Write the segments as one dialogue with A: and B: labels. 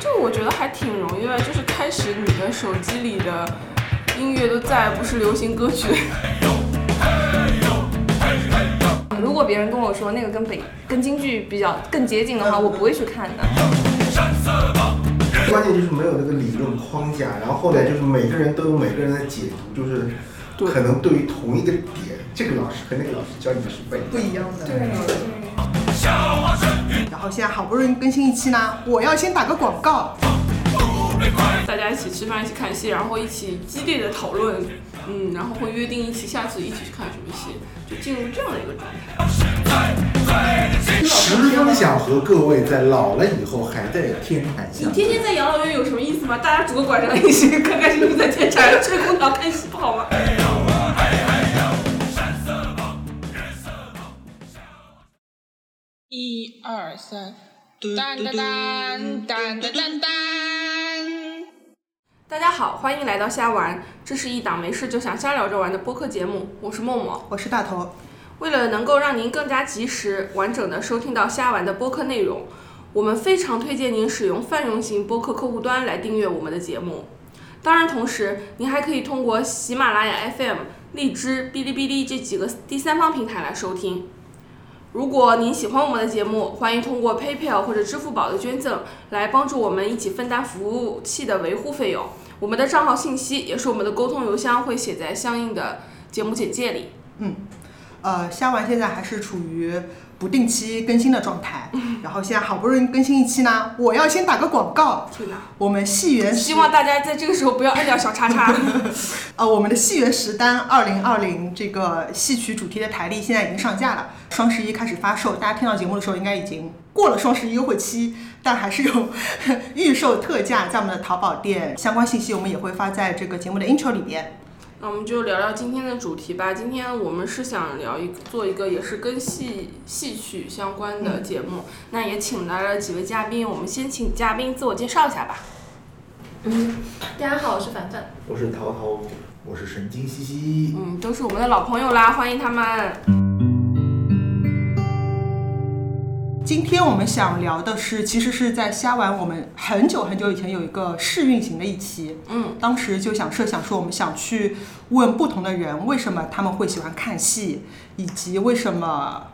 A: 就我觉得还挺容易的，就是开始你的手机里的音乐都再也不是流行歌曲。
B: 如果别人跟我说那个跟北跟京剧比较更接近的话，我不会去看的。
C: 关键就是没有那个理论框架，然后后来就是每个人都有每个人的解读，就是可能对于同一个点，这个老师和那个老师教你的是不一样
D: 不
C: 的。
D: 一样的。
B: 对，
D: 然后现在好不容易更新一期呢，我要先打个广告。
A: 大家一起吃饭，一起看戏，然后一起激烈的讨论，嗯，然后会约定一起下次一起去看什么戏，就进入这样的一个状态。
E: 十分想和各位在老了以后还在天台
A: 你
E: 下。
A: 天天在养老院有什么意思吗？大家拄个拐杖一起开开心心在天台上吹空调看戏不好吗？
F: 一二三，当当当当当当当。
A: 大家好，欢迎来到瞎玩，这是一档没事就想瞎聊着玩的播客节目，我是默默。
D: 我是大头，
A: 为了能够让您更加及时、完整的收听到瞎玩的播客内容，我们非常推荐您使用泛用型播客客户端来订阅我们的节目。当然，同时您还可以通过喜马拉雅 FM、荔枝、哔哩哔哩这几个第三方平台来收听。如果您喜欢我们的节目，欢迎通过 PayPal 或者支付宝的捐赠来帮助我们一起分担服务器的维护费用。我们的账号信息也是我们的沟通邮箱会写在相应的节目简介里。
D: 呃，虾丸现在还是处于不定期更新的 状态，然后现在好不容易更新一期呢，我要先打个广告。
A: 天哪！
D: 我们戏园
A: 希望大家在这个时候不要按掉小叉叉。
D: 呃，我们的戏园十单二零二零这个戏曲主题的台历现在已经上架了，双十一开始发售，大家听到节目的时候应该已经过了双十一优惠期，但还是有 预售特价在我们的淘宝店，相关信息我们也会发在这个节目的 intro 里面。
A: 那我们就聊聊今天的主题吧。今天我们是想聊一做一个也是跟戏戏曲相关的节目，那也请来了几位嘉宾，我们先请嘉宾自我介绍一下吧。
B: 大家好，我是凡凡。
C: 我是淘淘，
E: 我是神经兮兮，
A: 嗯，都是我们的老朋友啦，欢迎他们。
D: 今天我们想聊的是，其实是在虾丸，我们很久很久以前有一个试运行的一期，
A: 嗯，
D: 当时就想设想说，我们想去问不同的人为什么他们会喜欢看戏，以及为什么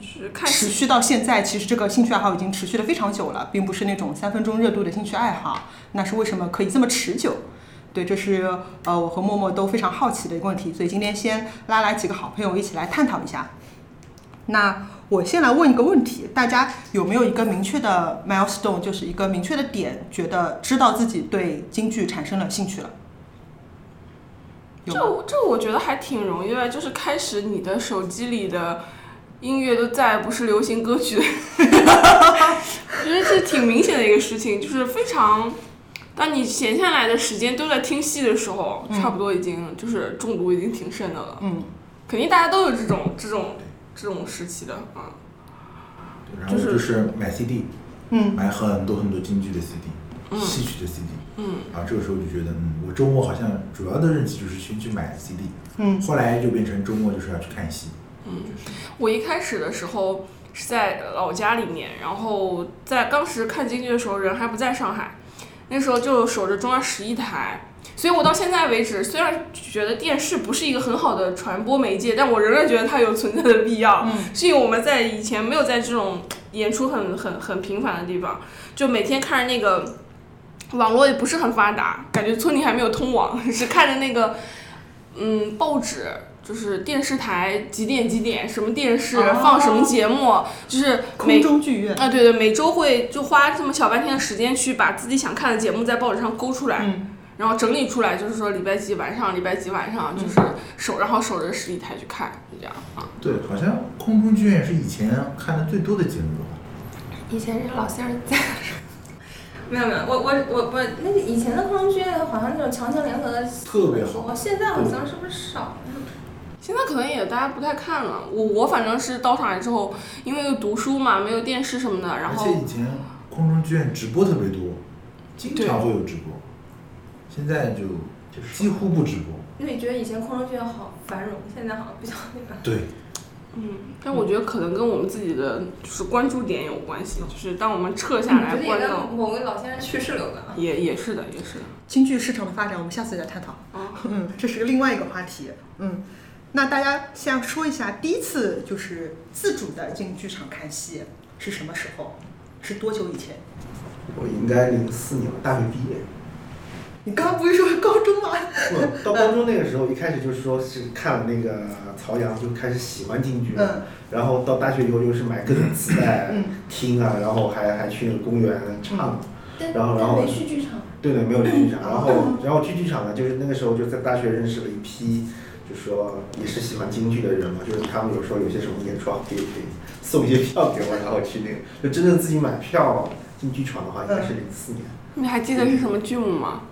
A: 是看
D: 持
A: 戏，
D: 续到现在，其实这个兴趣爱好已经持续了非常久了，并不是那种三分钟热度的兴趣爱好。那是为什么可以这么持久？对，这是呃我和默默都非常好奇的一个问题，所以今天先拉来几个好朋友一起来探讨一下。那我先来问一个问题，大家有没有一个明确的 milestone，就是一个明确的点，觉得知道自己对京剧产生了兴趣了？有吗
A: 这这我觉得还挺容易的，就是开始你的手机里的音乐都再也不是流行歌曲， 我觉得这挺明显的一个事情，就是非常。当你闲下来的时间都在听戏的时候，差不多已经就是中毒已经挺深的了。
D: 嗯，
A: 肯定大家都有这种这种这种时期的，嗯。
E: 然后就是买 CD，
D: 嗯，
E: 买很多很多京剧的 CD，、戏曲的 CD，嗯，然后这个时候就觉得，嗯，我周末好像主要的任期就是先去买 CD，
D: 嗯，
E: 后来就变成周末就是要去看戏，
A: 我一开始的时候是在老家里面，然后在当时看京剧的时候人还不在上海，那时候就守着中央十一台，所以我到现在为止，虽然觉得电视不是一个很好的传播媒介，但我仍然觉得它有存在的必要，是因为我们在以前没有在这种演出很很很频繁的地方，就每天看着那个。网络也不是很发达，感觉村里还没有通网， 是看着那个，嗯，报纸，就是电视台几点几点什么电视、
D: 哦
A: 放什么节目，就是每
D: 空中剧院，
A: 啊，对对，每周会就花这么小半天的时间去把自己想看的节目在报纸上勾出来，
D: 嗯
A: 然后整理出来，就是说礼拜几晚上，礼拜几晚上，就是守，然后守着十里台去看，就这样啊。
E: 对，好像空中剧院是以前看的最多的节目了吧。
B: 以前是老先生 在。
A: 没有没有，
B: 我我我我那个以前的空中剧院好像那种强强联合的
E: 特别好
B: 我现在好像是不是少？
A: 现在可能也大家不太看了。我我反正是到上海之后，因为读书嘛，没有电视什么的，然
E: 而
A: 后
E: 且以前空中剧院直播特别多，经常会有直播，现在就几乎不直播。
B: 那你觉得以前空中剧院好繁荣，现在好像比较那个？
E: 对，
A: 嗯，但我觉得可能跟我们自己的就是关注点有关系，就是当我们撤下来
B: 觉得也
A: 关
B: 跟
A: 到，
B: 某个老先生去世有关。
A: 也也是的，也是的。
D: 京剧市场的发展，我们下次再探讨。
A: 哦
D: 嗯，这是另外一个话题。嗯，那大家先说一下，第一次就是自主的进剧场看戏是什么时候？是多久以前？
C: 我应该零四年大学毕 业，
D: 你刚刚不是说高中吗？
C: 我到高中那个时候，一开始就是说是看了那个曹阳，就开始喜欢京剧，
D: 嗯
C: 然后到大学以后就是买各种磁带、
D: 嗯
C: 听啊，然后还还去那个公园唱，
G: 但
C: 然后然
G: 但
C: 后
G: 没去剧场，
C: 对的，没有去
D: 哦
C: 剧场。然后然后去剧场呢，就是那个时候就在大学认识了一批，就说也是喜欢京剧的人嘛，就是他们有时候有些什么演出啊，可以可以送一些票给我，然后去那个就真正自己买票进剧场的话，应该
D: 嗯
C: 是零四年，
A: 你还记得是什么剧目吗？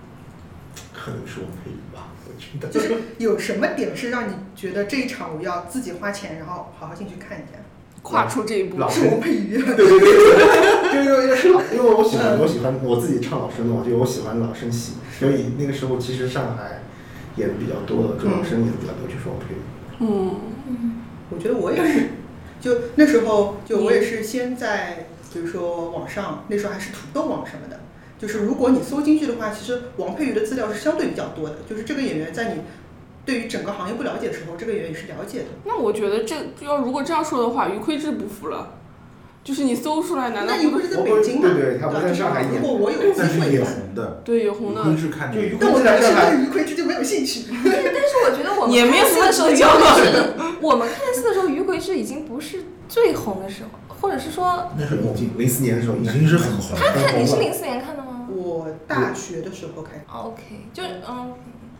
C: 可能是我配音吧，我觉得。
D: 就是有什么点是让你觉得这一场我要自己花钱，然后好好进去看一下？
A: 跨出这一步
C: 老
D: 是我配鱼。
C: 对对对，就是就是老，因为我喜欢我喜欢我自己唱老生的嘛，就我喜欢老生戏，所以那个时候其实上海演的比较多的，就
B: 嗯
C: 老生演的比较多，就是我配。
A: 嗯，
D: 我觉得我也是，就那时候就我也是先在比如说网上，那时候还是土豆网什么的。就是如果你搜京剧的话，其实王佩瑜的资料是相对比较多的。就是这个演员在你对于整个行业不了解的时候，这个演员也是了解的。
A: 那我觉得这要如果这样说的话，于奎志不服了。就是你搜出来，难道
D: 那你
A: 不
D: 不是
A: 是
D: 在北京吗？
C: 对对他不
D: 吧
C: 在
D: 就是
C: 上海演
D: 如果我有机
E: 但是
D: 会
E: 也
D: 看，
E: 红的，
A: 对有红的
E: 昆是看这个
C: 就
D: 但我
C: 是在
D: 当时
C: 上海
D: 对于亏之就没有兴 趣。
B: 对，但是我觉得我们
A: 也没有
B: 看
A: 什
B: 戏的
A: 么
B: 时候，
A: 指
B: 余
A: 标
B: 奎是我们看戏的时候，余奎是已经不是最红的时候，或者是说，
E: 那时候已经
C: 零四年的时候
E: 已经是很红
B: 他
E: 了。
B: 看你是零四年看的吗哦
D: 我大学的时候看，
B: ？OK，就是嗯，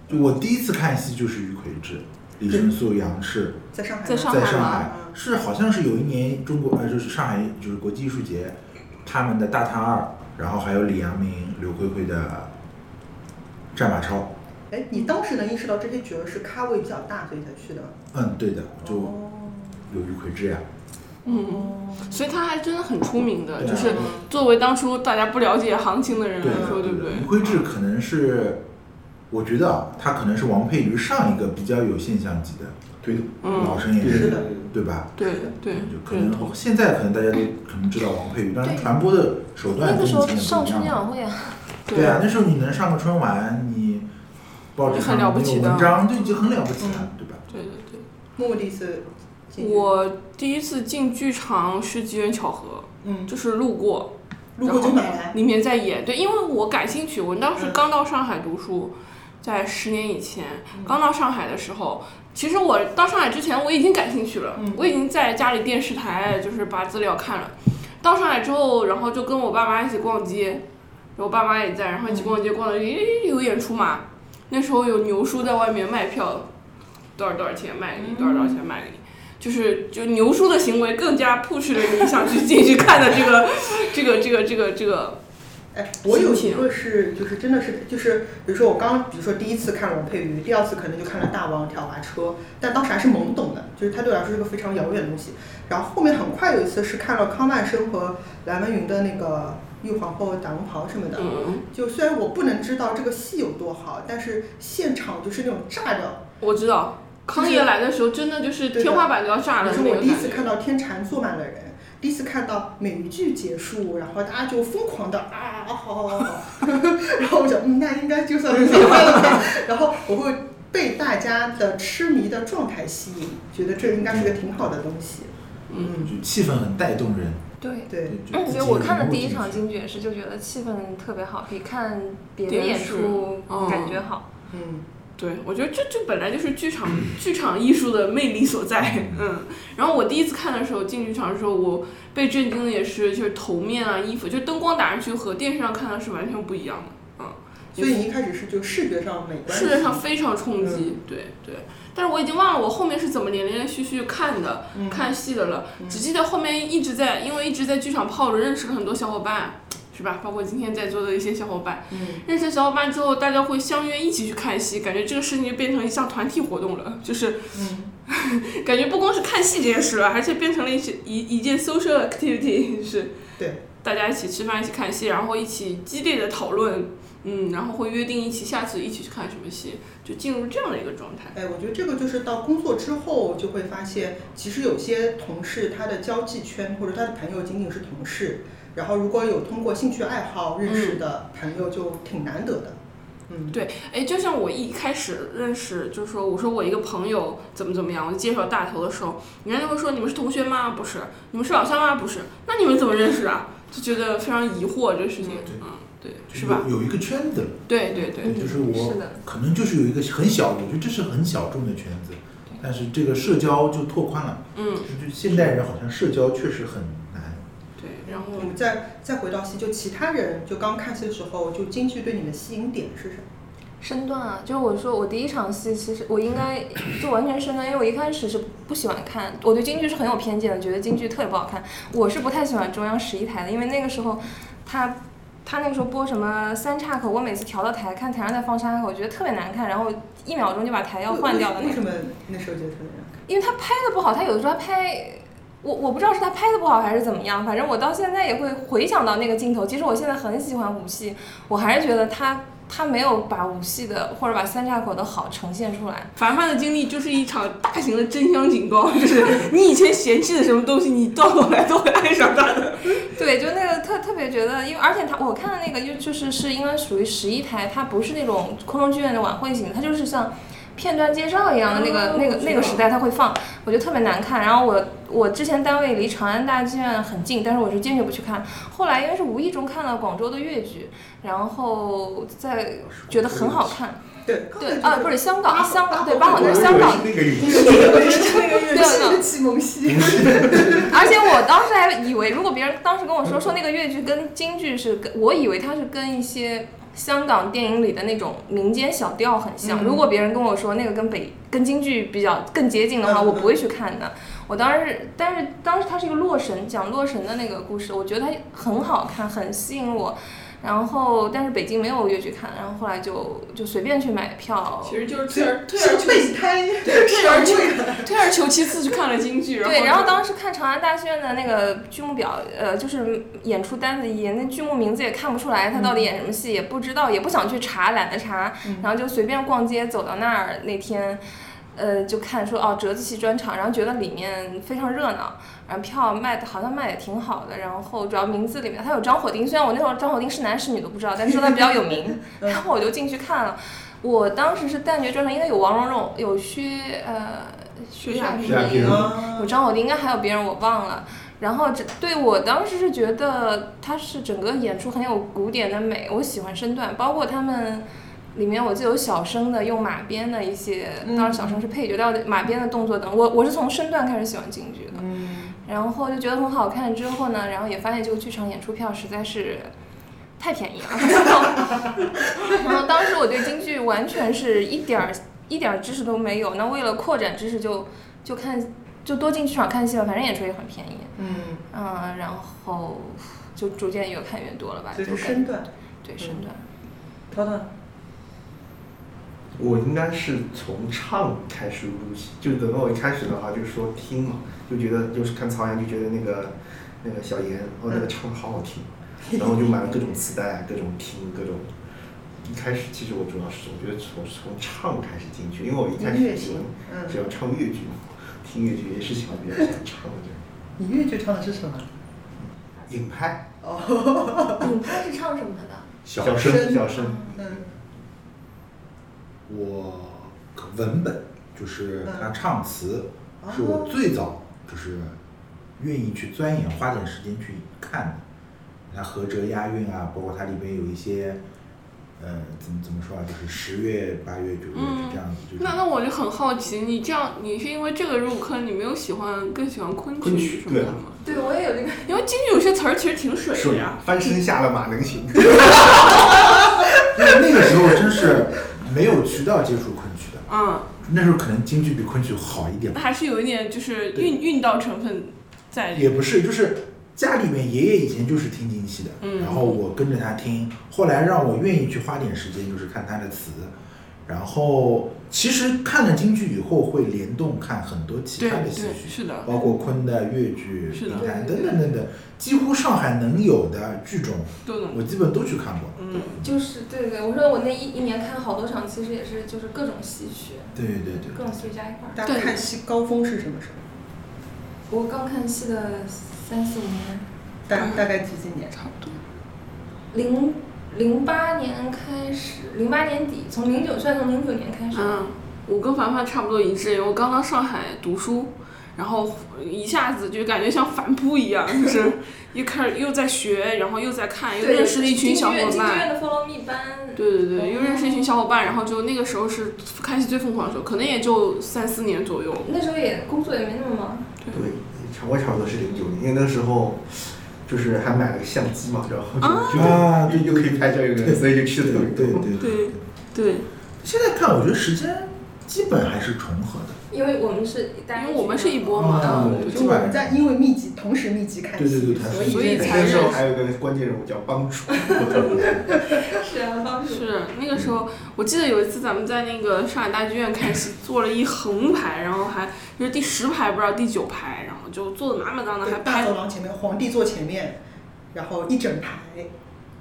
E: 就我第一次看戏就是于奎志、李胜素、杨氏，
D: 在上海吗，
A: 在上海
E: 在
A: 吗
E: 上海是好像是有一年中国呃就是上海就是国际艺术节，他们的大探二，然后还有李阳明、刘珂珂的战马超，
D: 哎，你当时能意识到这些角儿是咖位比较大，所以才去的吗？
E: 嗯对的，就
D: 哦，
E: 有于奎志呀，
A: 嗯，所以他还真的很出名的，
E: 对啊
A: 就是作为当初大家不了解行情的人来嗯说，对不
E: 对
A: 对？
E: 于奎志可能是，我觉得啊，他可能是王佩瑜上一个比较有现象级的
C: 对的，
E: 老
A: 嗯，
E: 生演
D: 是
E: 员，
D: 的
E: 对吧？
A: 对对
E: 就可
A: 对，
E: 能现在可能大家都可能知道王佩瑜，但是传播的手段跟
G: 那个
E: 以
G: 时
E: 前也
G: 候
E: 不
G: 上
E: 一
G: 春
E: 样。
G: 晚会啊，
E: 对啊，那时候你能上个春晚，你报纸上
A: 很了不
E: 有
A: 起的
E: 文章就已经很了不起
G: 嗯
E: 了，对吧？
A: 对对
D: 默默第一次进
A: 对。
D: 去，
A: 我第一次进剧场是机缘巧合，
D: 嗯，
A: 就是路过，
D: 路过就买来，
A: 里面在演，对，因为我感兴趣，我当时
D: 嗯
A: 刚到上海读书，在十年以前
D: 嗯
A: 刚到上海的时候，其实我到上海之前我已经感兴趣了，
D: 嗯
A: 我已经在家里电视台就是把资料看了，到上海之后，然后就跟我爸妈一起逛街，然后我爸妈也在，然后一起逛街
D: 嗯
A: 逛的，咦、有演出嘛，那时候有牛叔在外面卖票，多少多少钱卖给
D: 嗯
A: 你，多少多少钱卖给你。就是就牛叔的行为更加 push 了你想去进去看的这个这个这个这个这个
D: 哎，我有
A: 心
D: 一
A: 情
D: 个是，就是真的是，就是比如说我刚，比如说第一次看王佩瑜，第二次可能就看了《大王挑娃车》，但当时还是懵懂的，就是它对我来说是个非常遥远的东西。然后后面很快有一次是看了康曼生和蓝文云的那个《玉皇后打龙袍》什么的，
A: 嗯，
D: 就虽然我不能知道这个戏有多好，但是现场就是那种炸掉。
A: 我知道，康爷来的时候真的就是
D: 对的
A: 天花板都要炸了
D: 你
A: 那
D: 说
A: 个
D: 我
A: 感
D: 第一次
A: 觉。
D: 看到天蟾坐满了人，第一次看到每一句结束，然后大家就疯狂的啊，好好好好， 然后我想，嗯，那应该就算是明白了 吧。然后我会被大家的痴迷的状态吸引，觉得这应该是个挺好的东西。嗯，
E: 就气氛很带动人。
G: 对。
D: 对，
E: 对，
G: 嗯所以我看的第一场京剧也是，就觉得气氛特别好，比看别的演出
A: 嗯
G: 感觉好。
D: 嗯，
A: 对，我觉得这这本来就是剧场剧场艺术的魅力所 在。嗯，然后我第一次看的时候，进剧场的时候，我被震惊的也是就是头面啊、衣服，就灯光打上去和电视上看的是完全不一样的。嗯
D: 嗯所以你一嗯开始是就视觉上美观，
A: 视觉上非常冲击，对对。但是我已经忘了我后面是怎么连连续续看的、
D: 嗯
A: 看戏的了，只记得后面一直在，因为一直在剧场泡着，认识了很多小伙伴，是吧？包括今天在座的一些小伙伴，
D: 嗯
A: 认识小伙伴之后，大家会相约一起去看戏，感觉这个事情就变成一项团体活动了，就是
D: 嗯，
A: 感觉不光是看戏这件事了，而且变成了一些一一件 social activity，就是
D: 对
A: 大家一起吃饭、一起看戏，然后一起激烈的讨论嗯，然后会约定一起下次一起去看什么戏，就进入这样的一个状态。
D: 哎，我觉得这个就是到工作之后就会发现，其实有些同事他的交际圈或者他的朋友仅仅是同事，然后如果有通过兴趣爱好认识的朋友就挺难得的。嗯，
A: 对哎，就像我一开始认识，就是说我说我一个朋友怎么怎么样，我就介绍大头的时候，人家就会说你们是同学吗？不是，你们是老乡吗？不是，那你们怎么认识啊？就觉得非常疑惑这个事情，嗯，对，嗯是吧？
E: 有有一个圈子了，
A: 对对对，
E: 就是
G: 是
E: 我
G: 的，
E: 可能就是有一个很小，我觉得这是很小众的圈子，但是这个社交就拓宽了。
A: 嗯
E: 就现代人好像社交确实很难。
A: 对，然后
D: 我们再再回到戏，就其他人就刚看戏的时候，就京剧对你的吸引点是什么？
G: 身段啊，就是我说我第一场戏，其实我应该就完全身段，因为我一开始是不喜欢看，我对京剧是很有偏见的，觉得京剧特别不好看。我是不太喜欢中央十一台的，因为那个时候他。他那个时候播什么三岔口，我每次调到台看台上在放三岔口，我觉得特别难看，然后一秒钟就把台要换掉的那
D: 为什。
G: 种
D: 么那时候觉得特别难看？
G: 因为他拍的不好，他有的时候他拍，我我不知道是他拍的不好还是怎么样，反正我到现在也会回想到那个镜头。其实我现在很喜欢武戏，我还是觉得他他没有把武戏的或者把三岔口的好呈现出来。
A: 凡凡的经历就是一场大型的真香警告，就是你以前嫌弃的什么东西，你到头来都会爱上它的。
G: 对，就那个特特别觉得，因为而且他我看的那个就就是是因为属于十一台，它不是那种空中剧院的晚会型，它就是像。片段介绍一样的那个、
A: 哦
G: 那
A: 我
G: 个
A: 知道
G: 那个时代，它会放，我觉得特别难看。然后我我之前单位离长安大剧院很近，但是我是坚决不去看。后来因为是无意中看了广州的粤剧，然后再觉得很好看。
D: 对，刚才
G: 对
D: 就
G: 啊，不是香港，香港对八
D: 八宝
G: 宝哦那
D: 那
G: 是香港
C: 我以为是那个语气，
D: 我以为是那个乐
G: 对对
D: 器是启蒙戏，
G: 而且我当时还以为，如果别人当时跟我说说那个越剧跟京剧是跟，我以为它是跟一些香港电影里的那种民间小调很
D: 嗯
G: 像。如果别人跟我说那个跟北跟京剧比较更接近的话，
D: 嗯嗯
G: 我不会去看的。我当时，但是当时它是一个洛神，讲洛神的那个故事，我觉得它很好看，很吸引我。然后，但是北京没有越剧看，然后后来就就随便去买票。
A: 实就是
D: 是备胎，
A: 退而求
D: 是
A: 退而求其次去看了京剧，
G: 对，然后
A: 就
G: 当时看长安大剧院的那个剧目表，呃，就是演出单子一眼，那剧目名字也看不出来，他到底演什么戏、也不知道，也不想去查，懒得查，然后就随便逛街，走到那儿那天，呃，就看说哦折子戏专场，然后觉得里面非常热闹，然后票卖的好像卖的挺好的，然后主要名字里面他有张火丁，虽然我那时候张火丁是男是女都不知道，但知道他比较有名，
D: 嗯
G: 然后我就进去看了。我当时是旦角专场，应该有王蓉蓉，有薛呃
A: 薛
G: 薛
A: 亚
G: 亚
A: 萍
C: 亚萍
G: 有
D: 啊，
G: 张火丁，应该还有别人，我忘了。然后这对我当时是觉得他是整个演出很有古典的美，我喜欢身段，包括他们里面我记得有小生的，用马鞭的一些，
D: 嗯
G: 当然小生是配角，但马鞭的动作等，我我是从身段开始喜欢京剧的，
D: 嗯
G: 然后就觉得很好看，之后呢，然后也发现这个剧场演出票实在是。太便宜了， 然后，然后当时我对京剧完全是一点儿一点儿知识都没有。那为了扩展知识就就看就多进剧场看戏吧，反正演出也很便宜。
D: 嗯，
G: 嗯，然后就逐渐越看越多了吧，
D: 所
G: 就
D: 以是嗯
G: 感
D: 身段，
G: 对身段。
D: 等等，
C: 我应该是从唱开始入戏，就等到我一开始的话，就是说听嘛，就觉得就是看曹阳就觉得那个那个小严哦那个唱的好好听，然后就买了各种磁带，各种听，各种。一开始其实我主要是我觉得从从唱开始进去，因为我一开
D: 音乐
C: 始
D: 型
C: 喜欢
D: 嗯
C: 喜欢唱粤剧嘛，听粤剧也是喜欢比较喜欢唱的这种
D: 你越剧唱的是什么？
C: 影派
G: 你他是唱什么的？
E: 小
C: 生
D: 生
C: 小生，
D: 嗯
E: 我文本就是他唱词，
A: 哦
D: 嗯
E: 是我最早就是愿意去钻研、花点时间去看的。它合辙押韵啊，包括它里边有一些，呃，怎么怎么说啊，就是十月、八月、九月
A: 嗯
E: 是这样子，就是
A: 那那我就很好奇，你这样你是因为这个入坑，你没有喜欢更喜欢昆
C: 昆
A: 曲
C: 曲
A: 什么的
C: 对
A: 吗？
G: 对，我也有这个。
A: 因为京剧有些词儿其实挺水的
C: 水
A: 呀。
C: 翻身下了马能行。
E: 那那个时候真是没有渠道接触昆曲的，
A: 嗯，
E: 那时候可能京剧比昆曲好一点吧，
A: 还是有一点就是
E: 对
A: 运运道成分在里。
E: 也不是，就是家里面爷爷以前就是听京戏的，
A: 嗯
E: 然后我跟着他听，后来让我愿意去花点时间，就是看他的词，然后其实看了京剧以后会联动看很多其
A: 对
E: 他的戏
A: 对
E: 剧，
A: 是的，
E: 包括昆的、越剧、
A: 是的
E: 评弹等等等等，几乎上海能有的剧种，
A: 都能
E: 我基本都去看过。
A: 嗯，
G: 就是对对，我说我那一一年看好多场，其实也是就是各种戏曲，
E: 对对对
G: 各种戏剧加一块儿。
D: 大家
A: 对
D: 看戏高峰是什么时候？
G: 我刚看戏的三四五年，
D: 大
A: 嗯
D: 大概几几年？
A: 差不多。
G: 零零八年开始，零八年底，从零九算从零九年开始，
A: 嗯，我跟凡凡差不多一致，我刚到上海读书，然后一下子就感觉像反扑一样，就是又开始又在学，然后又在看，又
G: 对，
A: 认识了一群小伙
G: 京剧院京剧
A: 伴。
G: 院的 Follow Me 班，
A: 对对对，
G: 哦
A: 又认识一群小伙伴，然后就那个时候是看戏最疯狂的时候，可能也就三四年左右。
G: 那时候也工作也没那么忙，
C: 对，差我也差不多是零九年，因为那时候就是还买了个相机嘛，然后就就
E: 啊
C: 就又可以拍照又可以，所以就去
E: 对
C: 的特别
E: 对
C: 多。
E: 对
A: 对对，
E: 现在看，我觉得时间基本还是重合的。
G: 因为我们是大
A: 因
G: 家
A: 为我们是一波嘛，
E: 啊
A: 对
E: 基本上
D: 在因为密集同时密集看
E: 对对
D: 戏，
E: 对同时
D: 所以
E: 密集
A: 所以才
C: 那时候
A: 认识。
C: 还有个关键人物叫帮主，
G: 是 啊，当时
A: 是那个时候，我记得有一次咱们在那个上海大剧院看戏，坐了一横排，然后还就是第十排不知道第九排，然后就坐的满满当当，还
D: 对大
A: 拍
D: 走廊前面，皇帝坐前面，然后一整排，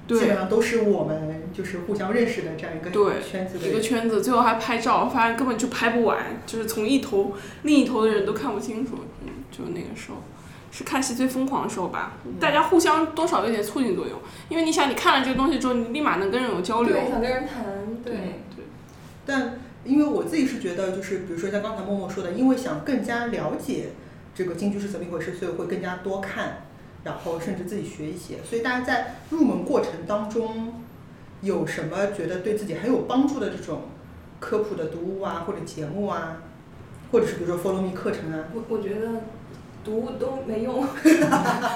D: 基本
A: 对
D: 上都是我们就是互相认识的这样一个
A: 对
D: 圈子的
A: 一个
D: 人。
A: 圈子，最后还拍照，发现根本就拍不完，就是从一头另一头的人都看不清楚，嗯，就那个时候。是看戏最疯狂的时候吧，大家互相多少有点促进作用，因为你想，你看了这个东西之后，你立马能跟人有交流嗯
G: 对，想跟人谈，对。
A: 对，
D: 但因为我自己是觉得，就是比如说像刚才默默说的，因为想更加了解这个京剧是怎么一回事，所以会更加多看，然后甚至自己学一些。所以大家在入门过程当中，有什么觉得对自己很有帮助的这种科普的读物啊，或者节目啊，或者是比如说 follow me 课程啊，
G: 我我觉得读都没用，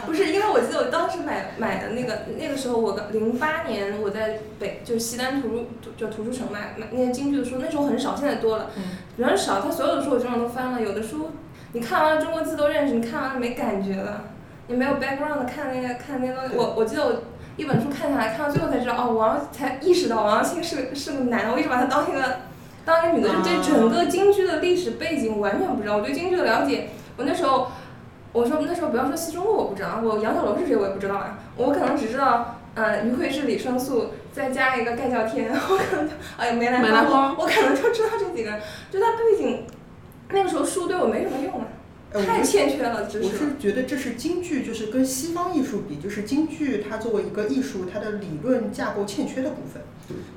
G: 不是因为我记得我当时买买的那个那个时候我零八年我在北就是西单图书就图书城买买那些京剧的书，那时候很少，现在多了，比较少。它所有的书我基本上都翻了，有的书你看完了中国字都认识，你看完了没感觉了，你没有 background 看那个看那些东西。我我记得我。一本书看下来，看到最后才知道，哦，王才意识到王耀庆是个是个男的，我一直把他当一个当一个女的，就对整个京剧的历史背景完全不知道。我对京剧的了解，我那时候我说那时候不要说戏中路我不知道，我杨小楼是谁我也不知道啊，我可能只知道呃于慧是李胜素，再加一个盖叫天， 我可能哎呀梅兰
A: 梅兰
G: 芳
A: 芳，
G: 我可能就知道这几个人，就他背景。那个时候书对我没什么用啊，
D: 呃，我
G: 太
D: 们
G: 欠缺了知
D: 我
G: 识。
D: 是觉得这是京剧，就是跟西方艺术比，就是京剧它作为一个艺术，它的理论架构欠缺的部分。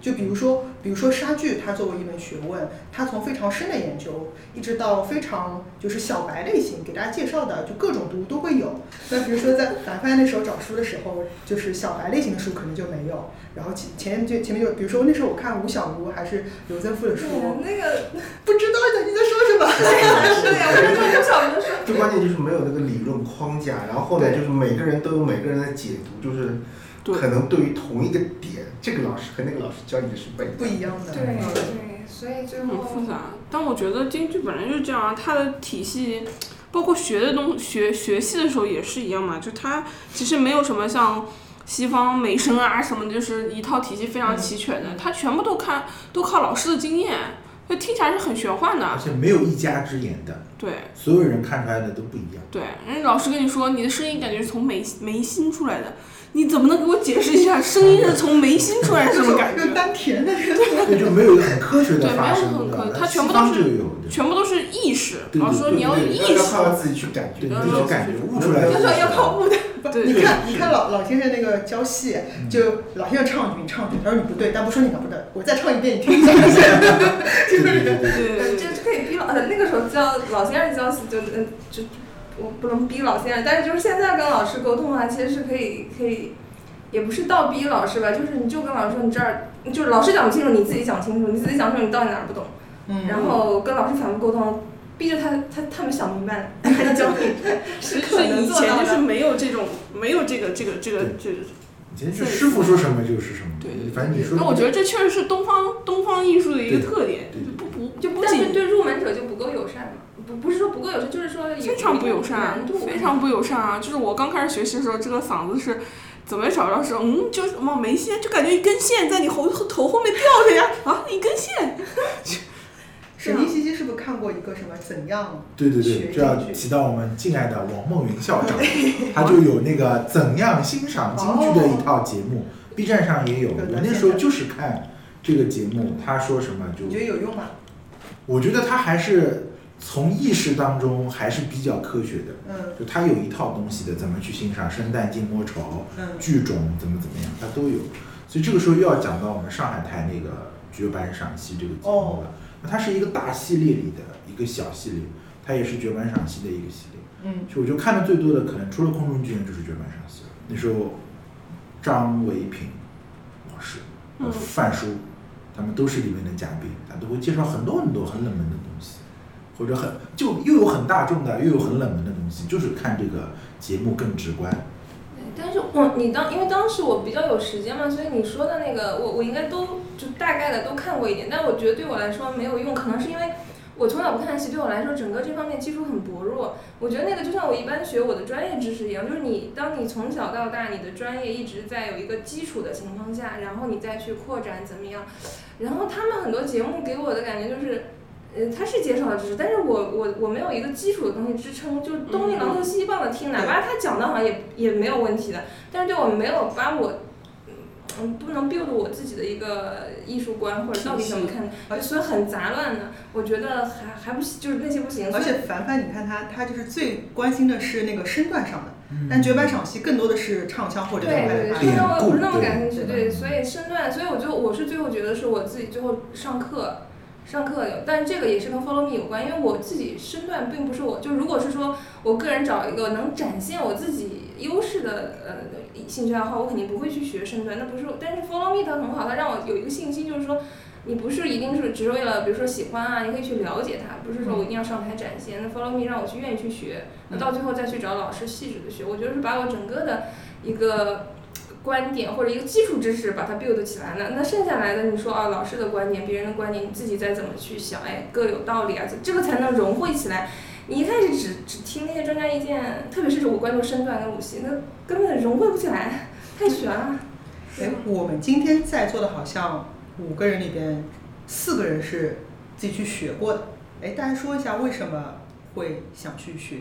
D: 就比如说，比如说莎剧，它作为一门学问，它从非常深的研究，一直到非常就是小白类型，给大家介绍的就各种读物都会有。那比如说在凡凡那时候找书的时候，就是小白类型的书可能就没有。然后前前面就前面就，比如说那时候我看吴小如还是刘增富的书
G: 对，，啊那个
D: 不知道的你在说什么。
G: 对啊呀，我就从小就说，
C: 最关键就是没有那个理论框架，然后后来就是每个人都有每个人的解读，就是
A: 对
C: 可能对于同一个点，这个老师和那个老师教你的是不一样的
D: 不一样的，
G: 对对，所以最
A: 很
D: 嗯
G: 后
A: 复杂。但我觉得京剧本来就是这样啊，它的体系，包括学的东学学戏的时候也是一样嘛，就它其实没有什么像西方美声啊什么，就是一套体系非常齐全
E: 嗯
A: 的，它全部都看都靠老师的经验，就听起来是很玄幻
E: 而
A: 的。
E: 且没有一家之言的，
A: 对
E: 所有人看出来的都不一样。
A: 对，人家老师跟你说你的声音感觉是从眉眉心出来的，你怎么能给我解释一下声音是从眉心出来是什么感觉？
D: 就丹田的这个
E: 对，就没有一个很科
A: 对
E: 学
A: 没
E: 的
A: 有
E: 发
A: 很
E: 生
A: 科
E: 的，
A: 它
E: 那
A: 全部
E: 西
A: 都
E: 方
A: 是
E: 就有对
A: 全部都是意识，
E: 对对
A: 老师说
E: 对
A: 你要有
C: 对
A: 意
C: 要要
A: 识，
C: 靠自己去感觉，
E: 对，
A: 嗯
E: 自己感觉悟出来的。
G: 他说要靠悟的，
A: 对嗯
D: 你看，你看老老先生那个教戏，就老先生唱一句，你唱一句，他说你不对，但不说你哪不对，我再唱一遍，你听一下。
E: 对对对对，
A: 对对对
G: 这这可以逼老，呃那个时候教老先生教就嗯就我不能逼老先生，但是就是现在跟老师沟通啊，其实是可以可以，也不是倒逼老师吧，就是你就跟老师说你这儿就是老师讲不清楚，你自己讲清楚，你自己讲清楚你到底哪儿不懂，
D: 嗯
G: 然后跟老师反复沟通，逼着他他他们想明白了，还 能教你，是可能
A: 以
G: 做
A: 前
G: 到
A: 就是
G: 的。
A: 没有这种，没有这个这个这个这个。
E: 以前就师傅说什么就是什么，
A: 对对对
E: 反正你说
A: 那
E: 的
A: 我觉得这确实是东方东方艺术的一个
E: 嗯对
A: 特点，
E: 对对
A: 不不
G: 就
A: 不
G: 但是
A: 仅
G: 对入门者就不够友善嘛，不不是说不够友善，就是说有
A: 非常不友善
G: 难度，
A: 非常不友善啊！就是我刚开始学习的时候，这个嗓子是怎么找到说，嗯，就是往没线，就感觉一根线在你头头后面吊着呀，啊，一根线，是
D: 沈
A: 吗
D: 凌西西是不是看过一个什么怎样？
E: 对对对，
D: 学
E: 这要
D: 进去
E: 提到我们敬爱的王梦云校长，他就有那个怎样欣赏京剧的一套节目、b
A: 哦
E: 站上也有。
D: 有的
E: 我那时候就是看这个节目，他说什么就
D: 你觉得有用吗？
E: 我觉得他还是从意识当中还是比较科学的，
D: 嗯
E: 就他有一套东西的，怎么去欣赏生旦净末丑、
D: 嗯
E: 剧种怎么怎么样，他都有。所以这个时候又要讲到我们上海台那个绝版赏析这个节
D: 哦
E: 目了。那它是一个大系列里的一个小系列，它也是绝版赏析的一个系列。
D: 嗯
E: 就我就看的最多的，可能除了空中巨人就是绝版赏析了。那时候，张维平老师、
A: 嗯
E: 范叔，他们都是里面的嘉宾，他都会介绍很多很多很冷门的东西，或者很就又有很大众的，又有很冷门的东西，就是看这个节目更直观。
G: 但是我你当因为当时我比较有时间嘛，所以你说的那个我我应该都就大概的都看过一点，但我觉得对我来说没有用，可能是因为我从小不看戏，对我来说整个这方面基础很薄弱。我觉得那个就像我一般学我的专业知识一样，就是你当你从小到大你的专业一直在有一个基础的情况下，然后你再去扩展怎么样，然后他们很多节目给我的感觉就是。呃，他是介绍了知识，但是我我我没有一个基础的东西支撑，就东一榔头西一棒的听，哪怕他讲的好像也也没有问题的，但是对我没有把我，嗯，不能 build 我自己的一个艺术观或者到底怎么看，所以很杂乱的，我觉得还还不行，就是那些不行，所
D: 而
G: 以
D: 且凡凡，你看他，他就是最关心的是那个身段上的，嗯
A: 嗯
D: 但绝版赏析更多的是唱腔或者
G: 对
D: 表
G: 对
D: 演
G: 对，
D: 吧
G: 身段我不是那么
E: 对
G: 感兴趣，
D: 对
G: 对，所以身段，所以我就我是最后觉得是我自己最后上课上课有，但这个也是跟 follow me 有关，因为我自己身段并不是我，就如果是说我个人找一个能展现我自己优势的呃兴趣爱好，我肯定不会去学身段，那不是我，但是 follow me 它很好，它让我有一个信心，就是说。你不是一定是只是为了，比如说喜欢啊，你可以去了解它，不是说我一定要上台展现。那 follow me 让我去愿意去学，那到最后再去找老师细致的学，我觉得是把我整个的一个观点或者一个基础知识把它 build 起来那那剩下来的你说啊，老师的观点、别人的观点，你自己再怎么去想，哎，各有道理啊，这这个才能融汇起来。你一开始只只听那些专家意见，特别是我关注身段跟武戏，那根本融汇不起来，太悬了。
D: 哎，我们今天在座的好像五个人里边，四个人是自己去学过的。哎，大家说一下为什么会想去学？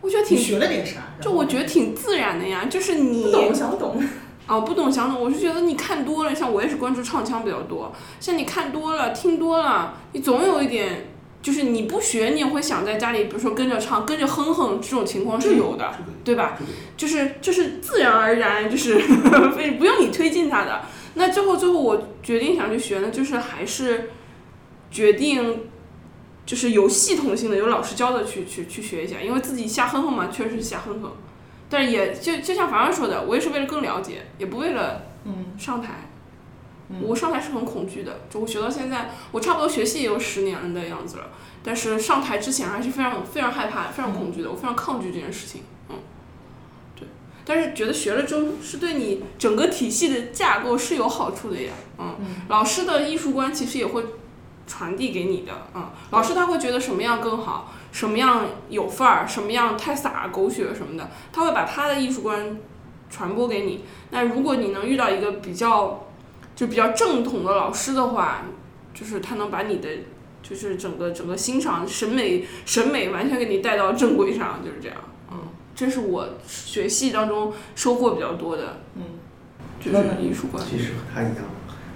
A: 我觉得
D: 你
A: 挺，
D: 学了点啥？
A: 就我觉得挺自然的呀，就是你
G: 不懂想懂，
A: 哦，不懂想懂，我是觉得你看多了，像我也是关注唱腔比较多，像你看多了、听多了，你总有一点，就是你不学，你也会想在家里，比如说跟着唱、跟着哼哼，这种情况是有的，
E: 这个
A: 对吧？
E: 这个
A: 就是就是自然而然，就是 非不用你推进他的。那最后最后我决定想去学呢，就是还是决定就是有系统性的、有老师教的去去去学一下，因为自己瞎哼哼嘛，确实是瞎哼哼。但是也就就像凡凡说的，我也是为了更了解，也不为了
D: 嗯，
A: 上台
D: 嗯。
A: 我上台是很恐惧的，就我学到现在，我差不多学戏也有十年的样子了，但是上台之前还是非常非常害怕、非常恐惧的，我非常抗拒这件事情。嗯，对，但是觉得学了之后是对你整个体系的架构是有好处的呀。嗯，
D: 嗯
A: 老师的艺术观其实也会传递给你的。嗯，老师他会觉得什么样更好，什么样有范儿，什么样太洒狗血什么的，他会把他的艺术观传播给你。那如果你能遇到一个比较就比较正统的老师的话，就是他能把你的就是整个整个欣赏审美审美完全给你带到正轨上，就是这样。嗯，这是我学戏当中收获比较多的。
D: 嗯，
A: 就是艺术观。
C: 其实和他一样，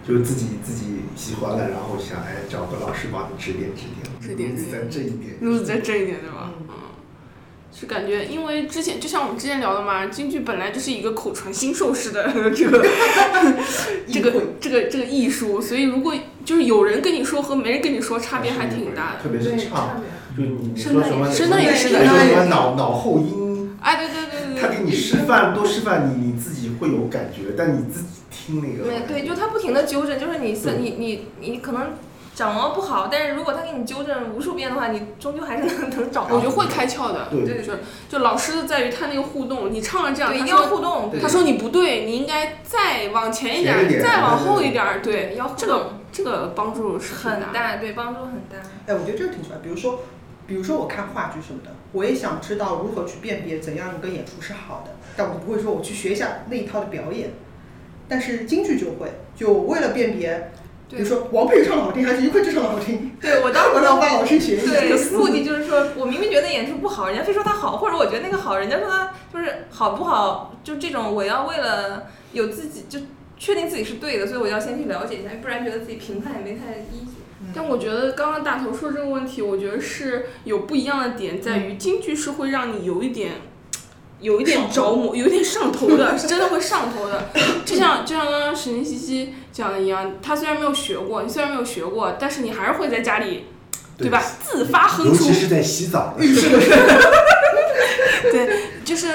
C: 就是自己自己喜欢了，然后想哎找个老师帮你指点指点，
A: 指点指点
C: 在这一点，
A: 路子再正一点，对吧？
D: 嗯
A: 嗯，是感觉，因为之前就像我们之前聊的嘛，京剧本来就是一个口传心授式的 这个这
D: 意会
A: 个这个这个艺术，所以如果就是有人跟你说和没人跟你说，差别还
C: 是一
A: 挺
C: 回
A: 大的。
C: 特别是唱，就你你
G: 声
C: 说
G: 带
C: 什么，
A: 声带也是
C: 你
A: 的
C: 说什
D: 声带
C: 么脑脑后音，
A: 哎，对对对
C: 他
A: 对对，
C: 给你示范多示范你，你自己会有感觉，但你自己听那个，
G: 对对，就他不停的纠正，就是你是你你你可能掌握不好，但是如果他给你纠正无数遍的话，你终究还是能能掌
A: 我觉得
G: 握。
A: 会开窍的。
C: 对
A: 就是就老师在于他那个互动，你唱了这样，
G: 对，一
A: 他
G: 定要
A: 说
G: 互动，
C: 对
A: 他说你不对，你应该再往前一
C: 前一
A: 点，
C: 点
A: 再往后一点，
G: 对
A: 对，
G: 要互
A: 这
G: 动
A: 个这个帮助是
G: 很
A: 大的。
G: 大，对，帮助很大。
D: 哎，我觉得这个挺出来。比如说，比如说我看话剧什么的，我也想知道如何去辨别怎样一个演出是好的，但我不会说我去学一下那一套的表演。但是京剧就会，就为了辨别，比如说王佩瑜唱的好听还是于坤之唱的好听，
G: 对我当时
D: 我让范老师学一下。
G: 对，目的就是说我明明觉得演出不好，人家非说他好，或者我觉得那个好，人家说他就是好不好，就这种我要为了有自己就确定自己是对的，所以我要先去了解一下，不然觉得自己评判也没太依据。
A: 但我觉得刚刚大头说这个问题，我觉得是有不一样的点，在
E: 嗯
A: 于京剧是会让你有一点，有一点着魔，有一点上头的，是真的会上头 的。就像就像刚刚史林西西讲的一样，他虽然没有学过，你虽然没有学过，但是你还是会在家里，对吧？自发哼
E: 尤
A: 出
E: 其是在洗澡的时候，
A: 对，就是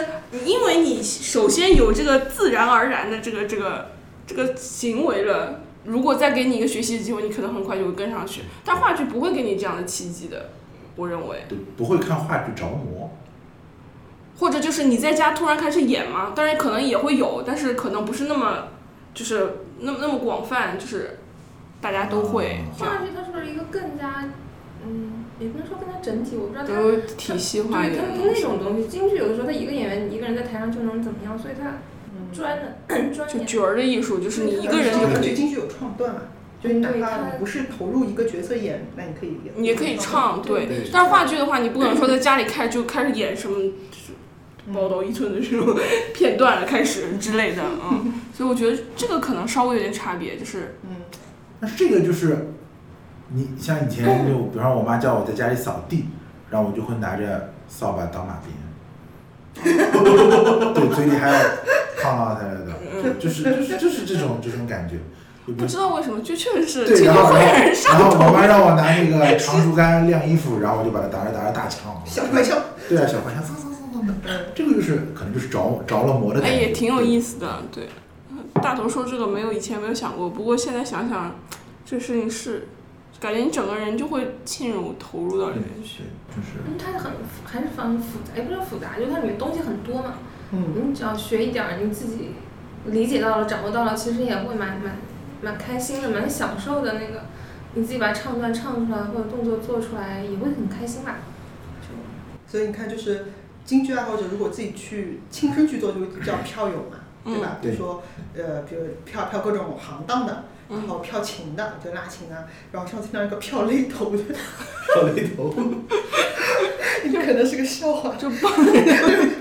A: 因为你首先有这个自然而然的这个这个这个行为了，如果再给你一个学习的机会，你可能很快就会跟上去。但话剧不会给你这样的契机的，我认为。
E: 对，不会看话剧着魔。
A: 或者就是你在家突然开始演嘛，当然可能也会有，但是可能不是那么就是那么那么广泛，就是大家都会
E: 哦
A: 这样
G: 话剧它是不是一个更加，嗯，也不能说更加整体，我不知道它
A: 都有体系化一
G: 对，
A: 点
G: 它
A: 的
G: 那种东西，京剧有的时候他一个演员一个人在台上就能怎么样，所以他专的嗯专
A: 就
G: 业。
A: 角儿嗯的艺术，就是你一个人
D: 就
A: 就
D: 感
A: 可
D: 觉
A: 以，
D: 京剧有创段嘛，就是你哪
G: 对
D: 怕
G: 它
D: 你不是投入一个角色演，那你可以演，
A: 你也可以唱对。
E: 对
A: 但是话剧的话，你不可能说在家里开就开始演什么
G: 嗯
A: 就是宝岛一村的这种 片段了，开始之类的，嗯。所以我觉得这个可能稍微有点差别，就是
D: 嗯，
E: 但是这个就是，你像以前就，比方说我妈叫我在家里扫地，然后我就会拿着扫把 当马鞭，对，嘴里还有抗啷才来的，就是就是就是这种这种感觉。就比
A: 嗯不
E: 如
A: 知道为什么，就确实是
E: 对，
A: 这
E: 然
A: 个
E: 后
A: 会让人
E: 然
A: 上
E: 后我
A: 头。
E: 妈让我拿那个长竹竿晾衣服，然后我就把它打着打着大枪。
D: 小快笑，
E: 对啊，小茴香，蹭蹭蹭蹭的，这个就是可能就是着着了魔的感
A: 哎，
E: 觉。
A: 也挺有
E: 思。
A: 意思的，对。大头说这个没有以前没有想过，不过现在想想，这事情是，感觉你整个人就会浸入投入到里
E: 对
A: 面去。，
E: 就是
G: 嗯它很还是很复杂，也不是复杂，就是它里面东西很多嘛。
D: 嗯，
G: 你只要学一点儿，你自己理解到了、掌握到了，其实也会蛮蛮蛮开心的，蛮享受的那个。你自己把唱段唱出来，或者动作做出来，也会很开心吧？就
D: 所以你看，就是京剧爱好者如果自己去亲身去做，就叫票友嘛，对吧？比如说，呃，比如票票各种行当的，
A: 嗯
D: 然后票琴的，就拉琴啊，然后上次听到一个票勒头的，
C: 跳雷头，
D: 有可能是个笑话，
A: 就帮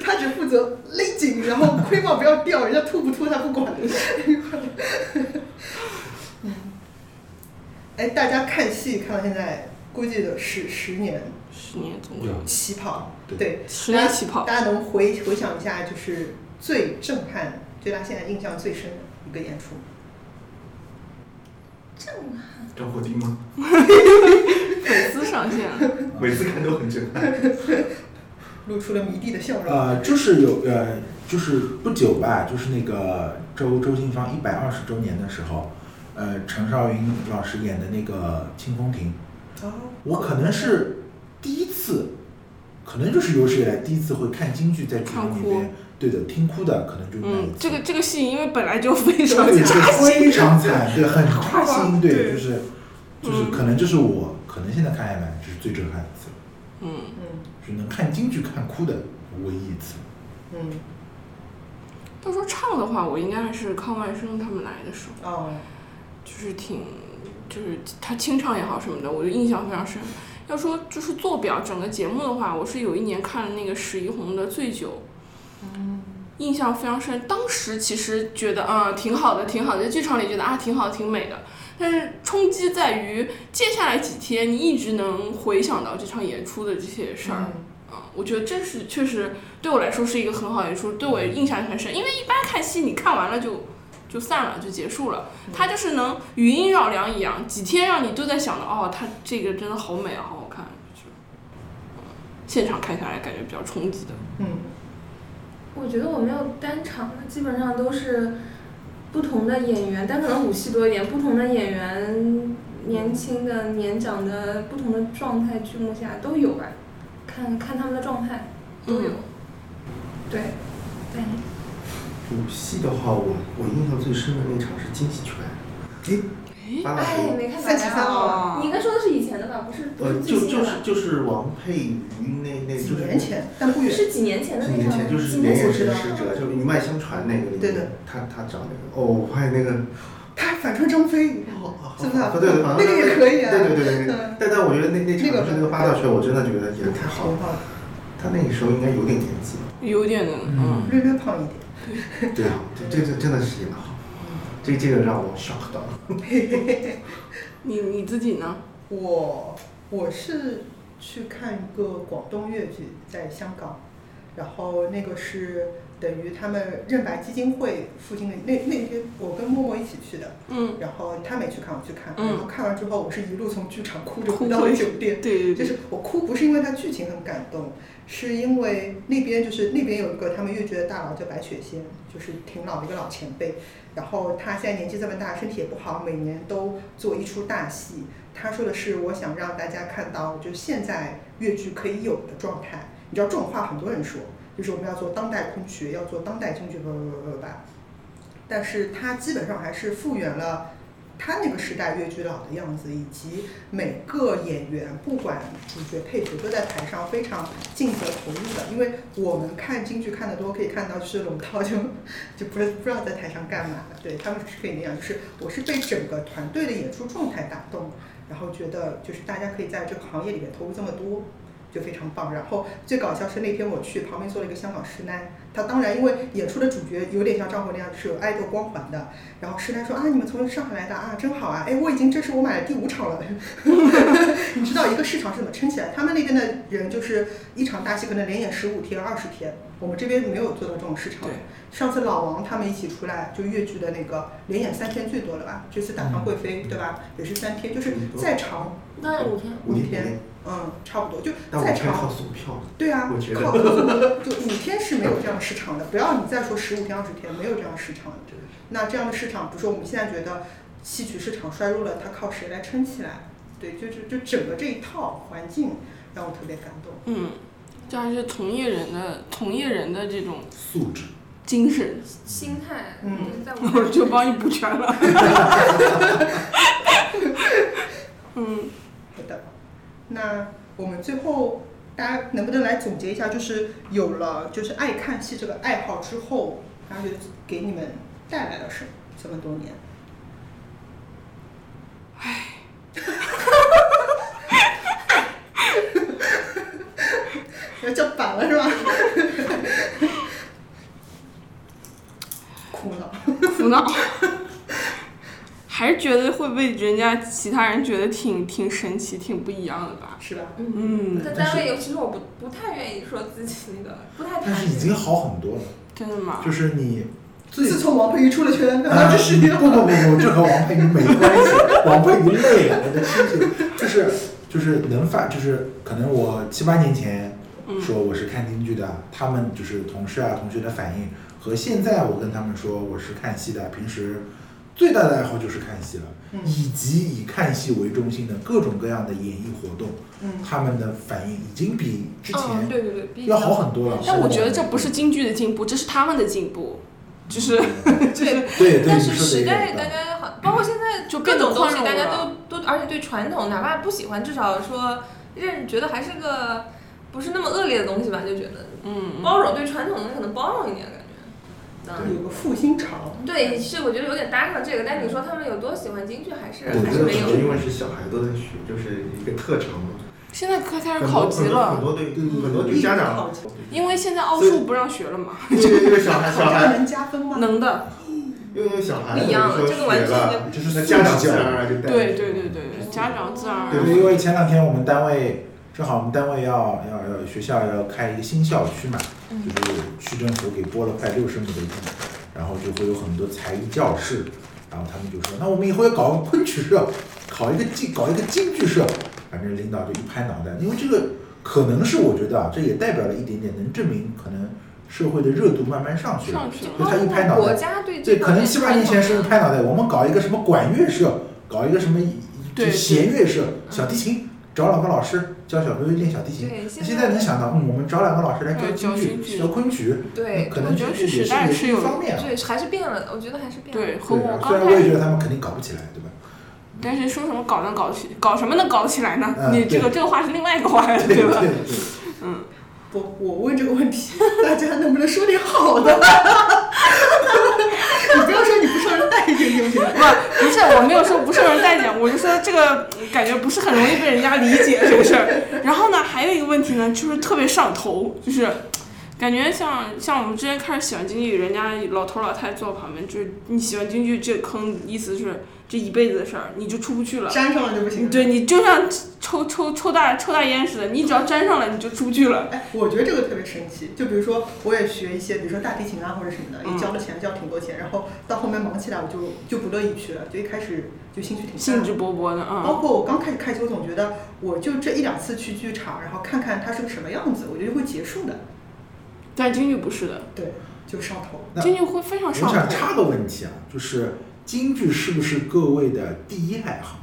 D: 他只负责勒紧，然后盔帽不要掉，人家秃不秃他不管。 嗯哎，大家看戏看到现在，估计得十十年
A: 十年总
E: 有
A: 共
D: 起跑，
E: 对
D: 对，
A: 十年起跑，
D: 大家能回回想一下，就是最震撼，对他现在印象最深的一个演出，
C: 张火丁吗？
A: 粉丝上 线嗯了。
C: 每次看都很震撼。
D: 露出了迷弟的笑容。
E: 呃，就是有呃，就是不久吧，就是那个周周信芳一百二十周年的时候，呃，陈少云老师演的那个《清风亭》，
D: 哦，
E: 我可能是第一次，可能就是有史以来第一次会看京剧在剧场里
A: 看
E: 边，对的，听哭的，可能就那一
A: 嗯
E: 次，
A: 这个这个戏因为本来就非常
E: 对，
A: 差，
E: 非常惨，对，很扎心，对，
A: 对
E: 就是就是
A: 嗯
E: 可能就是我可能现在看下来就是最震撼的一次，
A: 嗯，
D: 嗯
E: 就是能看京剧看哭的唯一一次。
D: 嗯，
A: 到时候唱的话，我应该还是康万生他们来的时候，
D: 哦，
A: 就是挺，就是他清唱也好什么的，我就印象非常深。要说就是做表整个节目的话，我是有一年看了那个史一红的《醉酒》，印象非常深。当时其实觉得啊、挺好的，挺好的，在剧场里觉得啊挺好，挺美的。但是冲击在于接下来几天，你一直能回想到这场演出的这些事儿。嗯，我觉得这是确实对我来说是一个很好的演出，对我印象很深。因为一般看戏，你看完了就就散了，就结束了。它就是能余音绕梁一样，几天让你都在想到哦，它这个真的好美啊，好好看。就是嗯现场看下来感觉比较冲击的，
D: 嗯
G: 我觉得我没有单场的，基本上都是不同的演员，但可能武戏多一点，不同的演员，年轻的、年长的，不同的状态，剧目下都有吧，看看他们的状态都有。
A: 嗯
G: 对，对，
C: 武戏的话，我我印象最深的那场是惊喜拳，
E: 诶，
C: 八大
G: 哎，
C: 湖，
G: 没看
D: 三十三
G: 哦
D: 哦，
G: 你应该说的是以前的吧？不是，不
C: 呃，
G: 是
C: 就
G: 最新
C: 就
G: 的
C: 是
G: 吧？
C: 就是王佩瑜那那
D: 几
C: 就是
D: 年前，但不远。
G: 是几年前的
C: 几
G: 那
C: 年
G: 场吗
C: 前就是
G: 今
C: 连
G: 年所
C: 夜是
G: 知道
C: 使者，就是《一脉相传》那个里
D: 对
C: 面
D: 的，
C: 他他找那个，哦，我发现那个他反串张飞，哦，
D: 是不是啊
C: 对对，好像
D: 那个也可以啊
C: 对对对对对
D: 嗯。
C: 但但我觉得那那
D: 那个
C: 场就是那个八大圈，我真的觉得演的太
D: 挺。
C: 好了
D: 好的，
C: 他那个时候应该有点年纪了。
A: 有点嗯，
D: 略略胖一点。
C: 对啊，这这这真的是演的好，这这个让我 shock 到了。
A: 你你自己呢？
D: 我我是去看一个广东粤剧，在香港，然后那个是等于他们任白基金会附近的那那天，我跟默默一起去的，
A: 嗯，
D: 然后他没去看，我去看，
A: 嗯
D: 然后看完之后，我是一路从剧场哭着
A: 哭
D: 回到了
A: 回
D: 酒店
A: 对。对
D: 就
A: 对，
D: 是我哭不是因为它剧情很感动，是因为那边就是那边有一个他们越剧的大佬叫白雪仙，就是挺老的一个老前辈，然后他现在年纪这么大，身体也不好，每年都做一出大戏。他说的是，我想让大家看到，就是现在越剧可以有的状态。你知道这种话很多人说，就是我们要做当代昆曲，要做当代京剧，叭呃叭叭叭叭。但是他基本上还是复原了他那个时代越剧老的样子，以及每个演员不管主角配角都在台上非常尽责投入的，因为我们看京剧看得多，可以看到就是龙套就就不是不知道在台上干嘛了，对他们是可以那样，就是我是被整个团队的演出状态打动，然后觉得就是大家可以在这个行业里面投入这么多。就非常棒。然后最搞笑是那天我去旁边坐了一个香港师奶，她当然因为演出的主角有点像张国立那样啊是有爱豆光环的，然后师奶说啊你们从上海来的啊真好啊，哎我已经这是我买的第五场了， 你知道一个市场是怎么撑起来？他们那边的人就是一场大戏可能连演十五天、二十天，我们这边没有做到这种市场
A: 对。
D: 上次老王他们一起出来，就越剧的那个连演三天最多了吧？这次打唐贵妃对吧？也是三天，就是
C: 嗯
D: 再长
G: 那五天，
C: 五
D: 五
C: 天
D: 天，，嗯，差不多就
C: 但我
D: 再
C: 看
D: 长
C: 靠索票，
D: 对啊，
C: 我觉得
D: 靠合作就五天是没有这样的市场的。不要你再说十五天、二十天，没有这样的市场的。那这样的市场，比如说我们现在觉得戏曲市场衰弱了，它靠谁来撑起来？对，就就就整个这一套环境让我特别感动。
A: 嗯，这还是从业人的从业人的这种
E: 素质，
A: 精 神，
G: 心态，
D: 嗯
G: 就是在我
A: 我就帮你补全了。嗯，
D: 好的，那我们最后大家能不能来总结一下，就是有了就是爱看戏这个爱好之后，然后就给你们带来了什么？这么多年， 唉，要叫板了是吧？苦恼，
A: 苦恼，还是觉得会被人家其他人觉得挺挺神奇、挺不一样的吧。
D: 是吧？
A: 嗯，
G: 在单位，尤其是我不不太愿意说自己那个，不太
E: 但是
G: 谈
E: 已经好很多了。
A: 真的吗？
E: 就是你最
D: 自从王佩瑜出了圈，
E: 啊
D: 这是一个
E: 不不不不，这和王佩瑜没关系，王佩瑜累了，我的心情就是就是能发，就是可能我七八年前
A: 嗯
E: 说我是看京剧的，他们就是同事啊同学的反应和现在我跟他们说我是看戏的，平时最大的爱好就是看戏了，
D: 嗯
E: 以及以看戏为中心的各种各样的演艺活动，
D: 嗯
E: 他们的反应已经比之
G: 嗯，
E: 前
G: 对对对，比
E: 要
G: 较
E: 好很多了。
A: 但我觉得这不是京剧的进步，这是他们的进步，就是
G: 对，
E: 对对，
G: 但
E: 你
G: 是
E: 说的
G: 时
E: 也有
G: 代
E: 道
G: 大
E: 理
G: 家好，包括现在
A: 就
G: 各
A: 变得
G: 种东西
A: 宽容
G: 大家
A: 了
G: 都都，而且对传统哪怕不喜欢，至少说认觉得还是个不是那么恶劣的东西吧，就觉得
A: 嗯，
G: 包容对传统的可能包容一点感觉。嗯
D: 有个复兴潮，
G: 对，是我觉得有点搭上这个，但你说他们有多喜欢京剧，还是
C: 我
G: 还
C: 觉
G: 是
C: 得
G: 没
C: 可能因
G: 有。
C: 为是小孩都在学，就是一个特长嘛。
A: 现在开开始
C: 很
A: 考
C: 多
A: 级
C: 很多很
A: 了，
C: 多对很多对家长，
A: 因为现在奥数不让学了嘛，
C: 因为因 为小孩小
D: 考
C: 孩
D: 这个能加分吗？
A: 能的，
C: 因为小孩
G: 不一样了
C: 说
G: 这个完全
C: 学了，
E: 就是
C: 那
E: 素
C: 家长
E: 质
C: 自
E: 教育
C: 然而
G: 啊
C: 然就带
A: 对
C: 着
A: 对对对，家长自然而
E: 对，
A: 然
E: 因为前两天我们单位正好我们单位要要要学校要开一个新校区嘛，
G: 嗯
E: 就是区政府给拨了快六十亩的地，然后就会有很多才艺教室，然后他们就说，那我们以后要搞个昆曲社，搞一个京搞一个京剧社，反正领导就一拍脑袋，因为这个可能是我觉得啊，这也代表了一点点能证明可能社会的热度慢慢上去了
A: 上，去了，
E: 就他一拍脑
G: 国
E: 袋，
G: 家对
E: 对，
G: 这
E: 可
G: 方
E: 能
G: 面
E: 七八年前是一
G: 传统
E: 拍脑袋，我们搞一个什么管乐社，搞一个什么
A: 对
E: 弦乐社、小提琴，找两个老师教小朋友练小提琴。
G: 对
E: 那现在能想到，嗯，我们找两个老师来
A: 对
E: 教
A: 教
E: 京
A: 京
E: 剧、
A: 剧
E: 教昆曲，
G: 对
E: 那可
A: 我
E: 能
A: 觉得
E: 这
A: 是
E: 也
A: 时代
E: 也
A: 是
E: 一
A: 有
E: 方面啊。
G: 对还是变了，我觉得还是变了。
A: 对，和
E: 对
A: 我
E: 啊，
A: 刚
E: 虽然我
A: 开
E: 也觉
A: 始
E: 得他们肯定搞不起来，对吧？
A: 但是说什么搞能搞起，搞什么能搞得起来呢？
E: 嗯
A: 你这
E: 对
A: 个这个话是另外一个话呀，
E: 对
A: 吧？
E: 对对，
D: 不，我问这个问题，大家能不能说点好的？ 你不要说你不受人待见就行。
A: 不，不是，我没有说不受人待见，我就说这个嗯感觉不是很容易被人家理解这个事儿。然后呢，还有一个问题呢，就是特别上头，就是感觉像像我们之前开始喜欢京剧，人家老头老太太坐我旁边，就是你喜欢京剧这坑，意思是这一辈子的事儿，你就出不去了。
D: 粘上了就不行。
A: 对你就像抽抽抽大抽大烟似的，你只要沾上了你就出不去了。
D: 哎，我觉得这个特别神奇。就比如说，我也学一些，比如说大提琴啊或者什么的，
A: 嗯
D: 也交了钱，交挺多钱，然后到后面忙起来，我就就不乐意去了，就一开始就兴趣挺
A: 兴
D: 淡
A: 致
D: 的。
A: 勃勃的
D: 包
E: 哦
A: 啊，
D: 括我刚开始开机，我总觉得我就这一两次去剧场，然后看看它是个什么样子，我觉得会结束的。
A: 但京剧不是的，
D: 对，就上头。
E: 那
A: 京剧会非常
E: 我
A: 上
E: 想
A: 头。
E: 插个问题啊，就是京剧是不是各位的第一爱好？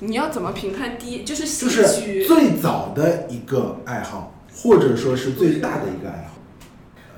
A: 你要怎么评判第一就是戏
E: 就是
A: 曲？
E: 最早的一个爱好，或者说是最大的一个爱好。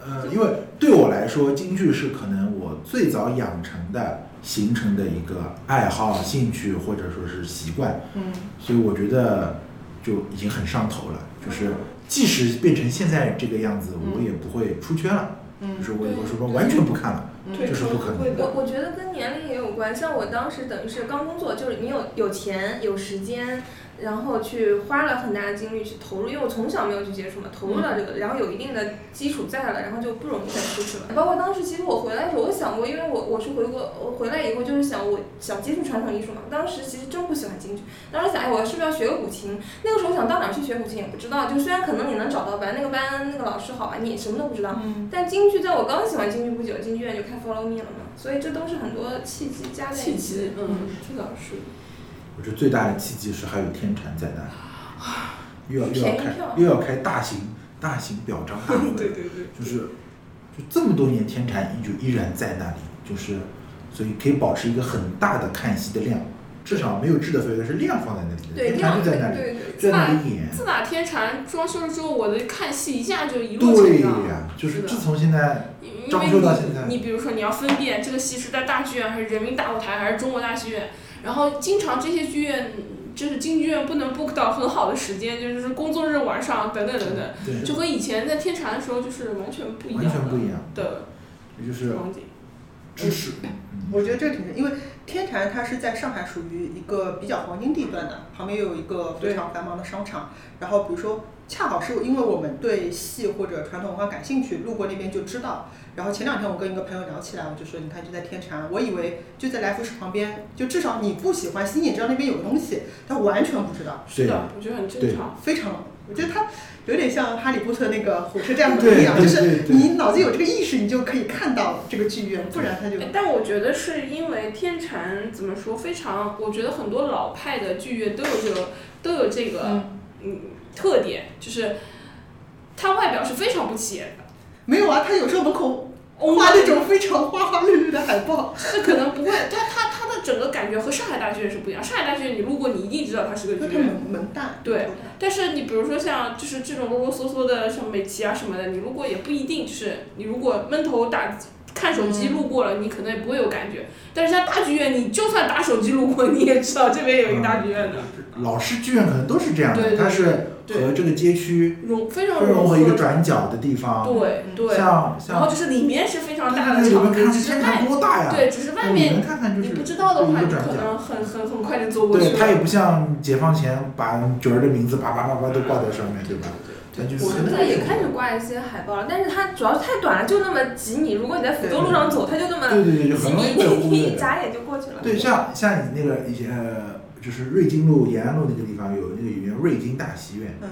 E: 呃，因为对我来说，京剧是可能我最早养成的、形成的一个爱好、兴趣或者说是习惯，
D: 嗯，
E: 所以我觉得就已经很上头了。就是即使变成现在这个样子，我也不会出圈了。
D: 嗯
E: 就是我也会说完全不看了，
D: 退
E: 这是
D: 出
E: 不可能
D: 会
E: 的。
G: 我我觉得跟年龄也有关，像我当时等于是刚工作，就是你有有钱有时间，然后去花了很大的精力去投入，因为我从小没有去接触嘛，投入到这个，然后有一定的基础在了，然后就不容易再出去了。包括当时其实我回来的时候，我想过，因为我我是回国，我回来以后就是想我想接触传统艺术嘛，当时其实真不喜欢京剧，当时想哎我是不是要学个古琴？那个时候想到哪儿去学古琴也不知道，就虽然可能你能找到班，那个班那个老师好啊玩，你也什么都不知道。但京剧在我刚喜欢京剧不久，京剧院就开 Follow Me 了嘛，所以这都是很多契机加在一
A: 契
G: 起。
A: 机，嗯，
G: 这倒是。
E: 我觉得最大的契机是还有天蟾在那里，又要又要
G: 便宜
E: 开
G: 票
E: 又要开大型大型表彰大会，
A: 对对对，
E: 就是就这么多年天蟾依旧依然在那里，就是所以可以保持一个很大的看戏的量，至少没有质的飞跃，是量放在那里的，
G: 对
E: 天蟾
G: 量，
E: 就在
G: 对
E: 那里，
G: 对对。
E: 就在那里演。
A: 自打天蟾装修了之后，我的看戏一下就一落
E: 对
A: 千丈。
E: 呀、就是
A: 啊是的
E: 自从现在
A: 因
E: 装
A: 因
E: 修到
A: 为
E: 现在，
A: 你比如说你要分辨这个戏是在大剧院还是人民大舞台还是中国大剧院，然后经常这些剧院就是京剧院不能 book 到很好的时间，就是工作日晚上等等等等，
E: 对，
A: 就和以前在天蟾的时候就是完全不一
E: 完全不
A: 样
E: 一样，嗯
A: 的
E: 也就是
A: 的场景。
E: 知识，
A: 嗯
E: 嗯
D: 我觉得这挺神，因为天蟾它是在上海属于一个比较黄金地段的，旁边又有一个非常繁忙的商场。然后比如说，恰好是因为我们对戏或者传统文化感兴趣，路过那边就知道。然后前两天我跟一个朋友聊起来，我就说，你看就在天蟾，我以为就在来福士旁边，就至少你不喜欢戏，你也知道那边有东西，他完全不知道，
A: 是
E: 对
A: 的，我觉得很正
E: 对
A: 常。
D: 非常。我觉得他有点像哈利波特那个火车站门一
E: 对
D: 样，就
E: 对
D: 是
E: 对对，
D: 你脑子有这个意识，你就可以看到这个剧院，不然他
G: 哎
D: 就。
A: 但我觉得是因为天蟾怎么说，非常，我觉得很多老派的剧院都有这个都有这个嗯
D: 嗯
A: 特点，就是它外表是非常不起眼的，
D: 没有啊，他有时候门口
A: 哦
D: 画那种非常花花绿绿的海报。
A: 它可能不会，它它它的整个感觉和上海大剧院是不一样。上海大剧院你路过，你一定知道它是个
D: 那
A: 剧
D: 他
A: 院。
D: 门门大，
A: 对，但是你比如说像就是这种啰啰嗦嗦的，像美琪啊什么的，你如果也不一定就是你如果闷头打看手
D: 嗯
A: 机路过了，你可能也不会有感觉。但是像大剧院，你就算打手机路过，你也知道这边有一个大剧院的，
D: 嗯
E: 老式剧院可能都是这样
A: 对
E: 的，
A: 对
E: 它是
A: 对
E: 和这个街区
A: 融非常
E: 分融
A: 合
E: 合一个转角的地方，
A: 对
D: 嗯
A: 对，
E: 像
A: 然后
E: 像
A: 就是里面是非常大
E: 大
A: 的
E: 家有没有
A: 场地，
E: 看啊
A: 只
E: 是
A: 是
E: 天坛
A: 外
E: 多大呀？
A: 对，只是外面
E: 你看看就
A: 你
E: 是
A: 不知道的话，
E: 一
A: 你
E: 个转
A: 可
E: 角。
A: 能很很很快就走过去
E: 对，它也
A: 了。
E: 不像解放前把角儿的名字叭叭叭叭都挂在上面，对吧？咱就是
G: 现在也开始挂一些海报了，但是它主要是太短了，就那么几米。如果你在福州路上走，它就那么
E: 对对对，就
G: 几
E: 很容易被忽
G: 米，
E: 略
G: 一
E: 的。
G: 眨眼就过去了。
E: 对，像像你那个以前呃，就是瑞金路延安路那个地方有那个演员瑞金大戏院，
D: 嗯，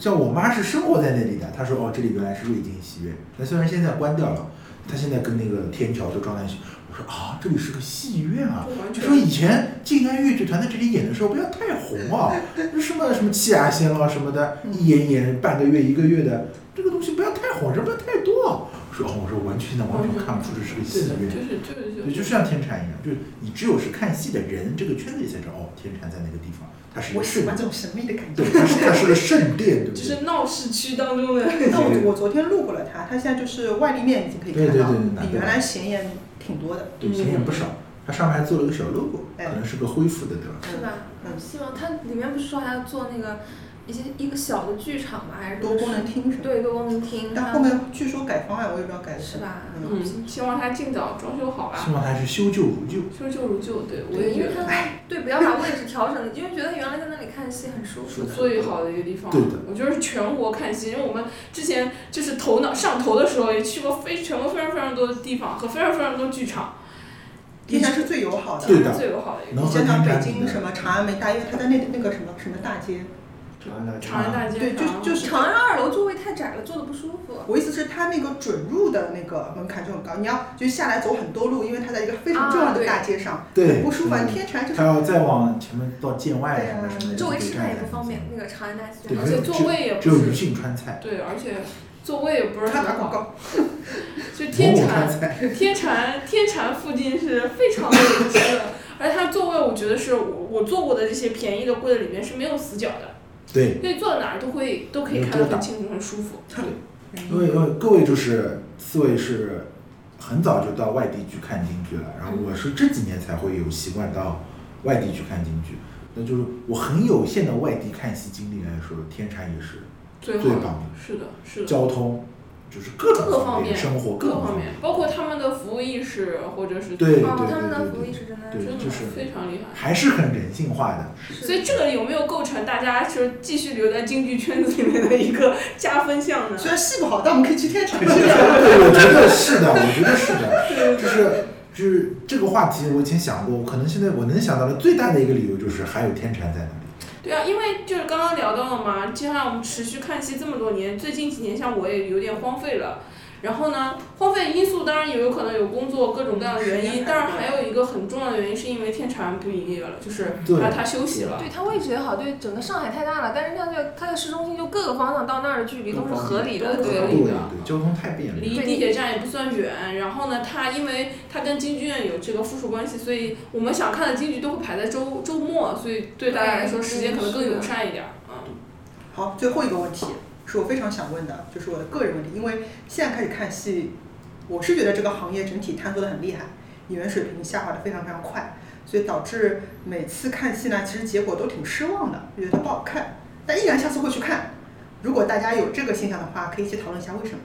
E: 像我妈是生活在那里的，她说哦，这里原来是瑞金戏院，那虽然现在关掉了，她现在跟那个天桥都装在一起。我说啊，这里是个戏院啊，
A: 完
E: 就
A: 全
E: 说以前静安乐队团在这里演的时候，不要太红啊，什么什么气压仙啦什么的，一演演半个月一个月的，这个东西不要太红，人不要太多啊。我说哦，我说完全的完全看不出这是个
A: 对
E: 戏
A: 的，就
E: 院，
A: 是就是
E: 对，就像天蟾一样，就是你只有是看戏的人这个圈子里才知道哦，天蟾在那个地方，它是一
D: 我
E: 个
D: 喜
E: 圣
D: 欢，这种神秘的感觉
E: 对，。它是它是个圣殿，对不
A: 就
E: 对？
A: 是闹市区当中的。
D: 那我我昨天路过了它，它现在就是外立面已经可以看到，
E: 对对对对
D: 比原来显眼挺多的。
E: 对，钱也不少。它上面还做了个小 logo，可
D: 哎
E: 能是个恢复的，对吧？
G: 是吧？
D: 嗯
G: 希望它里面不是说还要做那个一些一个小的剧场吗？还是
D: 多功能厅什么的。
G: 对多功能厅？
D: 但后面据说改方案，我也不知道改的
G: 是吧？
D: 嗯
A: 嗯， 希望它尽早装修好吧
E: 希，望它是修旧如旧。
A: 修旧如旧。对，我
G: 对，
A: 也
G: 因
A: 觉
G: 为它
A: 得
G: 对不要把位置调整，因为觉得原来在那里看戏很舒服的。
A: 最好的一个地方。
E: 对的
A: 我觉得是全国看戏，因为我们之前就是头脑上头的时候，也去过非全国非常非常多的地方和非常非常多剧场，
D: 依然是最友好的。
E: 对的
A: 它是最友好的一个。
E: 能
D: 你
E: 和
D: 想
E: 它
D: 想北
E: 展比
D: 京
E: 的
D: 什么长安梅大，因为它在那那个什么什么大街，
C: 长安大
A: 长安大街，
D: 对，就
A: 长安
D: 就是
G: 长安二楼座位太窄了，坐的不舒服。
D: 我意思是，它那个准入的那个门槛就很高，你要就下来走很多路，因为它在一个非常重要的大街上，
E: 对，
D: 不舒服。
E: 嗯
D: 你天起来就是
E: 它要再往前面到建外什么
A: 嗯
E: 什么的，
G: 周围吃饭
E: 看
G: 也不方便，。那个长安大街
E: 对，
A: 而且座位也
E: 只
A: 不
E: 有女
A: 是
E: 性川菜，
A: 对，而且座位也不是
D: 它打
A: 很
D: 广
A: 好，
D: 告，
A: 就
E: 某
A: 天
E: 某川
A: 蟾。
E: 菜，
A: 天蟾天蟾附近是非常多的吃的，而且它座位我觉得是我我坐过的这些便宜的柜子里面是没有死角的，
E: 对，
A: 所以坐到哪儿都会都可以看得很清楚很舒服。嗯
E: 因为因为各位就是四位是很早就到外地去看京剧了，然后我是这几年才会有习惯到外地去看京剧，那就是我很有限的外地看戏经历来说，天蟾也是
A: 最
E: 最
A: 好
E: 棒
A: 是的是
E: 的，
A: 的，
E: 交通就是各种
A: 各
E: 方
A: 方面
E: 生活
A: 各
E: 种
A: 方面包括他们的服务意识或者是
E: 对对
G: 哦，他们的
E: 对
G: 服务
E: 对
G: 意
E: 对，
G: 识真的
E: 对
A: 真的
E: 就是
A: 非常厉害。
E: 还是很人性 化的，
A: 所以这个有没有构成大家就是继续留在京剧圈子里面的一个加分项呢？
D: 虽然戏不好，但我们可以去天 蟾。
E: 对，我觉得是的，我觉得是的，就是就是这个话题，我以前想过，可能现在我能想到的最大的一个理由就是还有天蟾在那里，
A: 对啊，因为就是刚刚聊到了嘛，就像我们持续看戏这么多年，最近几年像我也有点荒废了。然后呢，荒废因素当然也有可能有工作各种各样的原因，但是还有一个很重要的原因是因为天蟾不营业了，就是
E: 对
A: 让它休息了。
G: 对它位置也好，对整个上海太大了，但是它的它的市中心就各个方向到那儿的距离都是合理的，
A: 都是合
E: 对
A: 理
G: 对。
E: 对，交通太便利了。
A: 离地铁站也不算远，然后呢，它因为它跟京剧院有这个附属关系，所以我们想看的京剧都会排在周周末，所以对大家来说时间可能更友善一点儿。嗯，
D: 好，最后一个问题是我非常想问的，就是我的个人问题，因为现在开始看戏，我是觉得这个行业整体坍缩的很厉害，演员水平下滑的非常非常快，所以导致每次看戏呢，其实结果都挺失望的，就觉得不好看，但依然下次会去看。如果大家有这个现象的话，可以一起讨论一下为什么。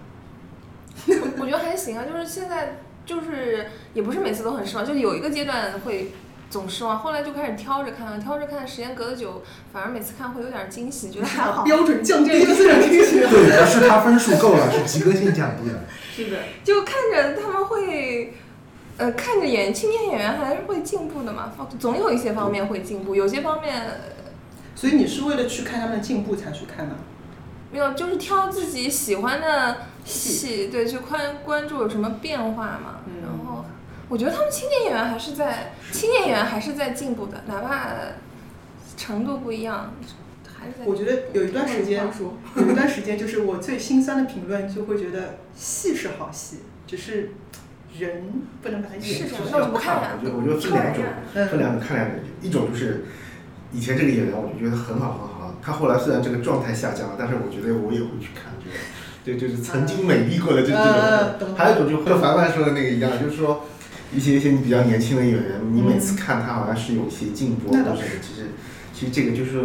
G: 我觉得还行啊，就是现在就是也不是每次都很失望，就是有一个阶段会总失望，后来就开始挑着看了，挑着看，时间隔得久，反而每次看会有点惊喜，觉得还 好。
D: 标准降低了这种听起来
E: 对，不是他分数够了，是及格线降低了。
A: 是的，
G: 就看着他们会，呃，看着演青年演员还是会进步的嘛，方总有一些方面会进步，有些方面
D: 所以你是为了去看他们的进步才去看的。
G: 没有，就是挑自己喜欢的戏，对，去关关注有什么变化嘛。
D: 嗯
G: 然后我觉得他们青年演员还是在青年演员还是在进步的，哪怕程度不一样，还是在进步。
D: 我觉得有一段时间
A: 换句话说，
D: 有一段时间，就是我最心酸的评论，就会觉得戏是好戏，只是人不能把它演
G: 是
D: 出来
G: 这样。那
C: 就是
G: 我
C: 要
G: 就不看了
C: 我觉得我觉得分两种，分两种看两种，一种就是以前这个演员，我就觉得很好很好，他后来虽然这个状态下降了，但是我觉得我也会去看这个。对，就是曾经美丽过的这这
D: 嗯嗯
C: 种
D: 懂
C: 人，还有一种就和凡凡说的那个一样，就是说一些一些你比较年轻的演员，你每次看他好像是有一些进步，
D: 那
C: 或
D: 倒
C: 者
D: 是
C: 其实其实这个就是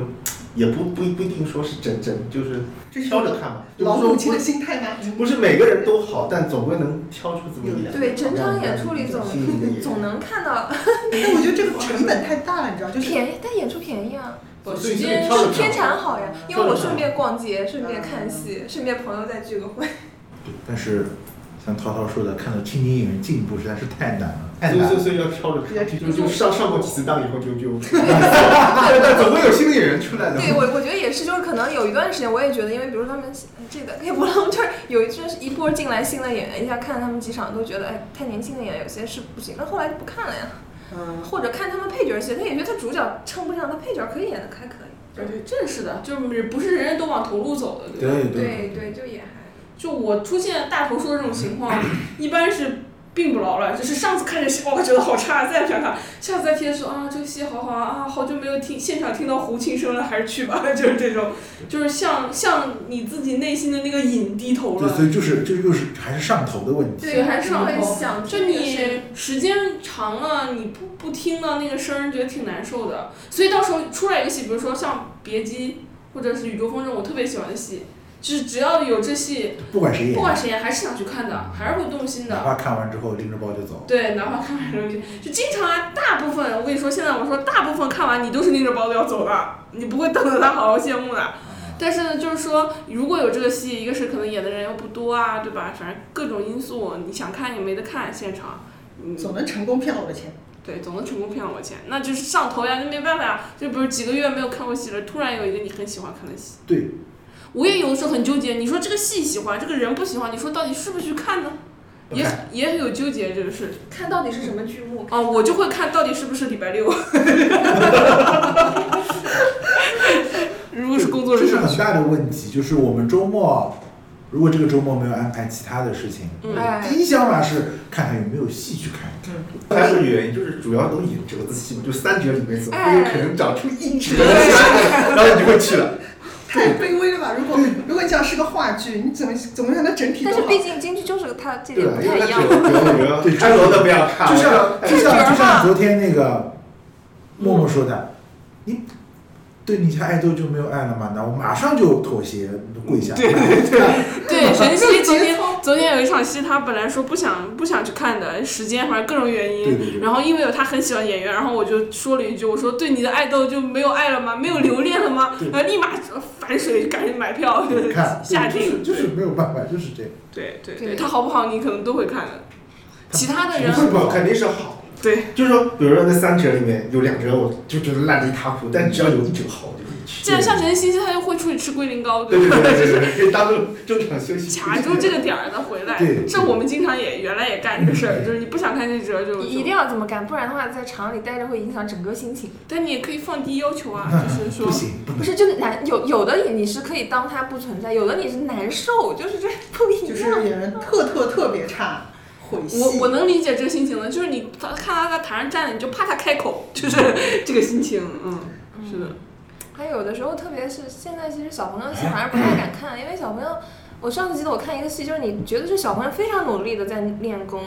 C: 也不不不一定说是真真，就是
D: 这嗯是
C: 挑着看吧，就是
D: 老
C: 说
D: 母亲的
C: 不
D: 心态嗯吗？
C: 不是每个人都好，但总归能挑出这么一两个
G: 对整场演出里总
C: 心仪 的演员
G: 总能看到
D: 但我觉得这个成本太大了，你知道，就是
G: 便宜，但演出便宜啊，
A: 我
C: 所以
A: 时
C: 这个
A: 间
C: 挑着看
G: 天蟾好呀，因为我顺便逛街，顺
D: 嗯
G: 便看戏，顺便朋友再聚个会。
E: 对，但是像涛涛说的，看到青年演员进步实在是太难了，太
C: 所以
E: 难
C: 所以
E: 了。
C: 所以要挑着看，就就上上过几次当以后就就，
G: 对
C: 但总会有新的演员出来的。
G: 对，我我觉得也是，就是可能有一段时间，我也觉得，因为比如说他们呃这个也不浪，就是有一就是一波进来新的演员，一下看他们几场都觉得，哎，太年轻的演员有些是不行，那后来就不看了呀，
D: 嗯，
G: 或者看他们配角戏，他也觉得他主角称不上，他配角可以演的还可以，
A: 而且这是的，就是不是人人都往头路走的，对吧？
E: 对
G: 对对，就也还
A: 就我出现大头说的这种情况，一般是并不牢乱，就是上次看这戏哇觉得好差，再也不想看，下次再听说啊这个戏好好啊啊好久没有听现场听到胡琴声了，还是去吧， 就是这种，就是向向你自己内心的那个瘾低头
E: 对，所
A: 了。
E: 以就是这就是还是上头的问题。
A: 对，还是上
G: 会
A: 头。
G: 想
A: 就你时间长了，你不不听到那个声儿，觉得挺难受的。所以到时候出来一个戏，比如说像《别姬》或者是《宇宙风筝》，我特别喜欢的戏，就是只要有这戏，
E: 不管谁演
A: 不，管谁演，还是想去看的，还是会动心
E: 哪
A: 的。
E: 怕看完之后拎着包就走，
A: 对，哪怕看完之后就就经常啊，大部分我跟你说，现在我说大部分看完你都是拎着包子要走的，你不会等着他好好谢幕的。但是呢，就是说，如果有这个戏，一个是可能演的人又不多啊，对吧？反正各种因素，你想看也没得看，现场。嗯，
D: 总能成功骗了我的钱。
A: 对，总能成功骗了我钱，那就是上头呀，那没办法呀。就比如几个月没有看过戏了，突然有一个你很喜欢看的戏，
E: 对，
A: 我也有的时候很纠结。你说这个戏喜欢，这个人不喜欢，你说到底是不是去看呢？
E: 不
A: 也
E: 看
A: 也有纠结这个事情
G: 看到底是什么剧目，
A: 啊，我就会看到底是不是礼拜六。 如果是工作
E: 这
A: 日
E: 是
A: 上，
E: 很大的问题，就是我们周末如果这个周末没有安排其他的事情，
A: 嗯
G: 哎
E: 第一想法是看看有没有戏去看。
C: 刚才说原因就是主要都已经折子戏嘛，就三折里面总会有可能长出一折，然后你就会去了。
D: 太卑微了吧！如果如果你讲是个话剧，你怎么怎么让它整体都
G: 但
D: 好
G: 是？毕竟京剧就是它这
C: 对
G: 点
A: 啊
C: 吧
G: 不？太
C: 因为它
G: 一样
C: 折。折折，对，穿楼的不要看，
E: 就像就哎嗯
G: 这角儿
E: 像就
G: 嘛
E: 像昨天那个默默说的，你对你家爱豆就没有爱了吗？那我马上就妥协跪下。啊对
A: 对，神戏昨天昨天有一场戏，他本来说不想不想去看的，时间反正各种原因
E: 对。 对对，
A: 然后因为有他很喜欢演员，然后我就说了一句，我说对你的爱豆就没有爱了吗？没有留恋了吗？
E: 对
A: 然后立马反水，赶紧买票
E: 你看，
A: 下
E: 就
A: 定。
E: 是就是没有办法，就是这样。
A: 对对
G: 对
A: 他好不好你可能都会看的，其他的人
E: 不会不好看
C: 肯定是好。
A: 对，
C: 就是说，比如说那三折里面有两折，我就觉得烂的一塌糊涂，但只要有一折好，我就可以去。
A: 既然像神星期他就会出去吃龟苓膏，
C: 对对
A: 吧？
C: 对对对对，可以当做正常休息。
A: 卡住这个点儿再回来
E: 对，嗯
A: 这我们经常也原来也干这事儿，就是你不想看这折就
G: 一定，要这么干，不然的话在厂里待着会影响整个心情。
A: 就但你也可以放低要求 啊，就是说
E: 嗯不行，不
G: 不是，就是难有有的你是可以当它不存在，有的你是难受，就是这不一样。
D: 就是演员特特特别差，毁戏。
A: 我我能理解这个心情的，就是你他看他在台上站着，你就怕他开口， 就是这个心情，嗯，是的，
G: 还有的时候，特别是现在，其实小朋友的戏反而不太敢看，因为小朋友，我上次记得我看一个戏，就是你觉得这小朋友非常努力的在练功，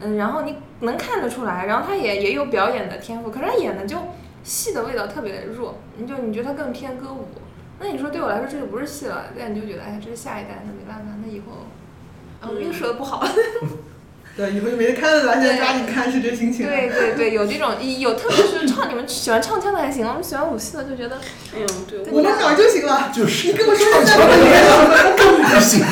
G: 嗯，然后你能看得出来，然后他也也有表演的天赋，可是他演的就戏的味道特别弱，你就你觉得他更偏歌舞，那你说对我来说这就不是戏了，那你就觉得哎，这是下一代，那没办法，那以后。啊，我又说的不好。
D: 对以后就没得看了，现在抓紧看是这心情。
G: 对对对，有这种有，特别是唱你们喜欢唱腔的还行，我们喜欢舞戏的就觉得
A: 哎呦，对，
D: 我能想就行了。
E: 就是
D: 你跟我说是三个月，
E: 更不行。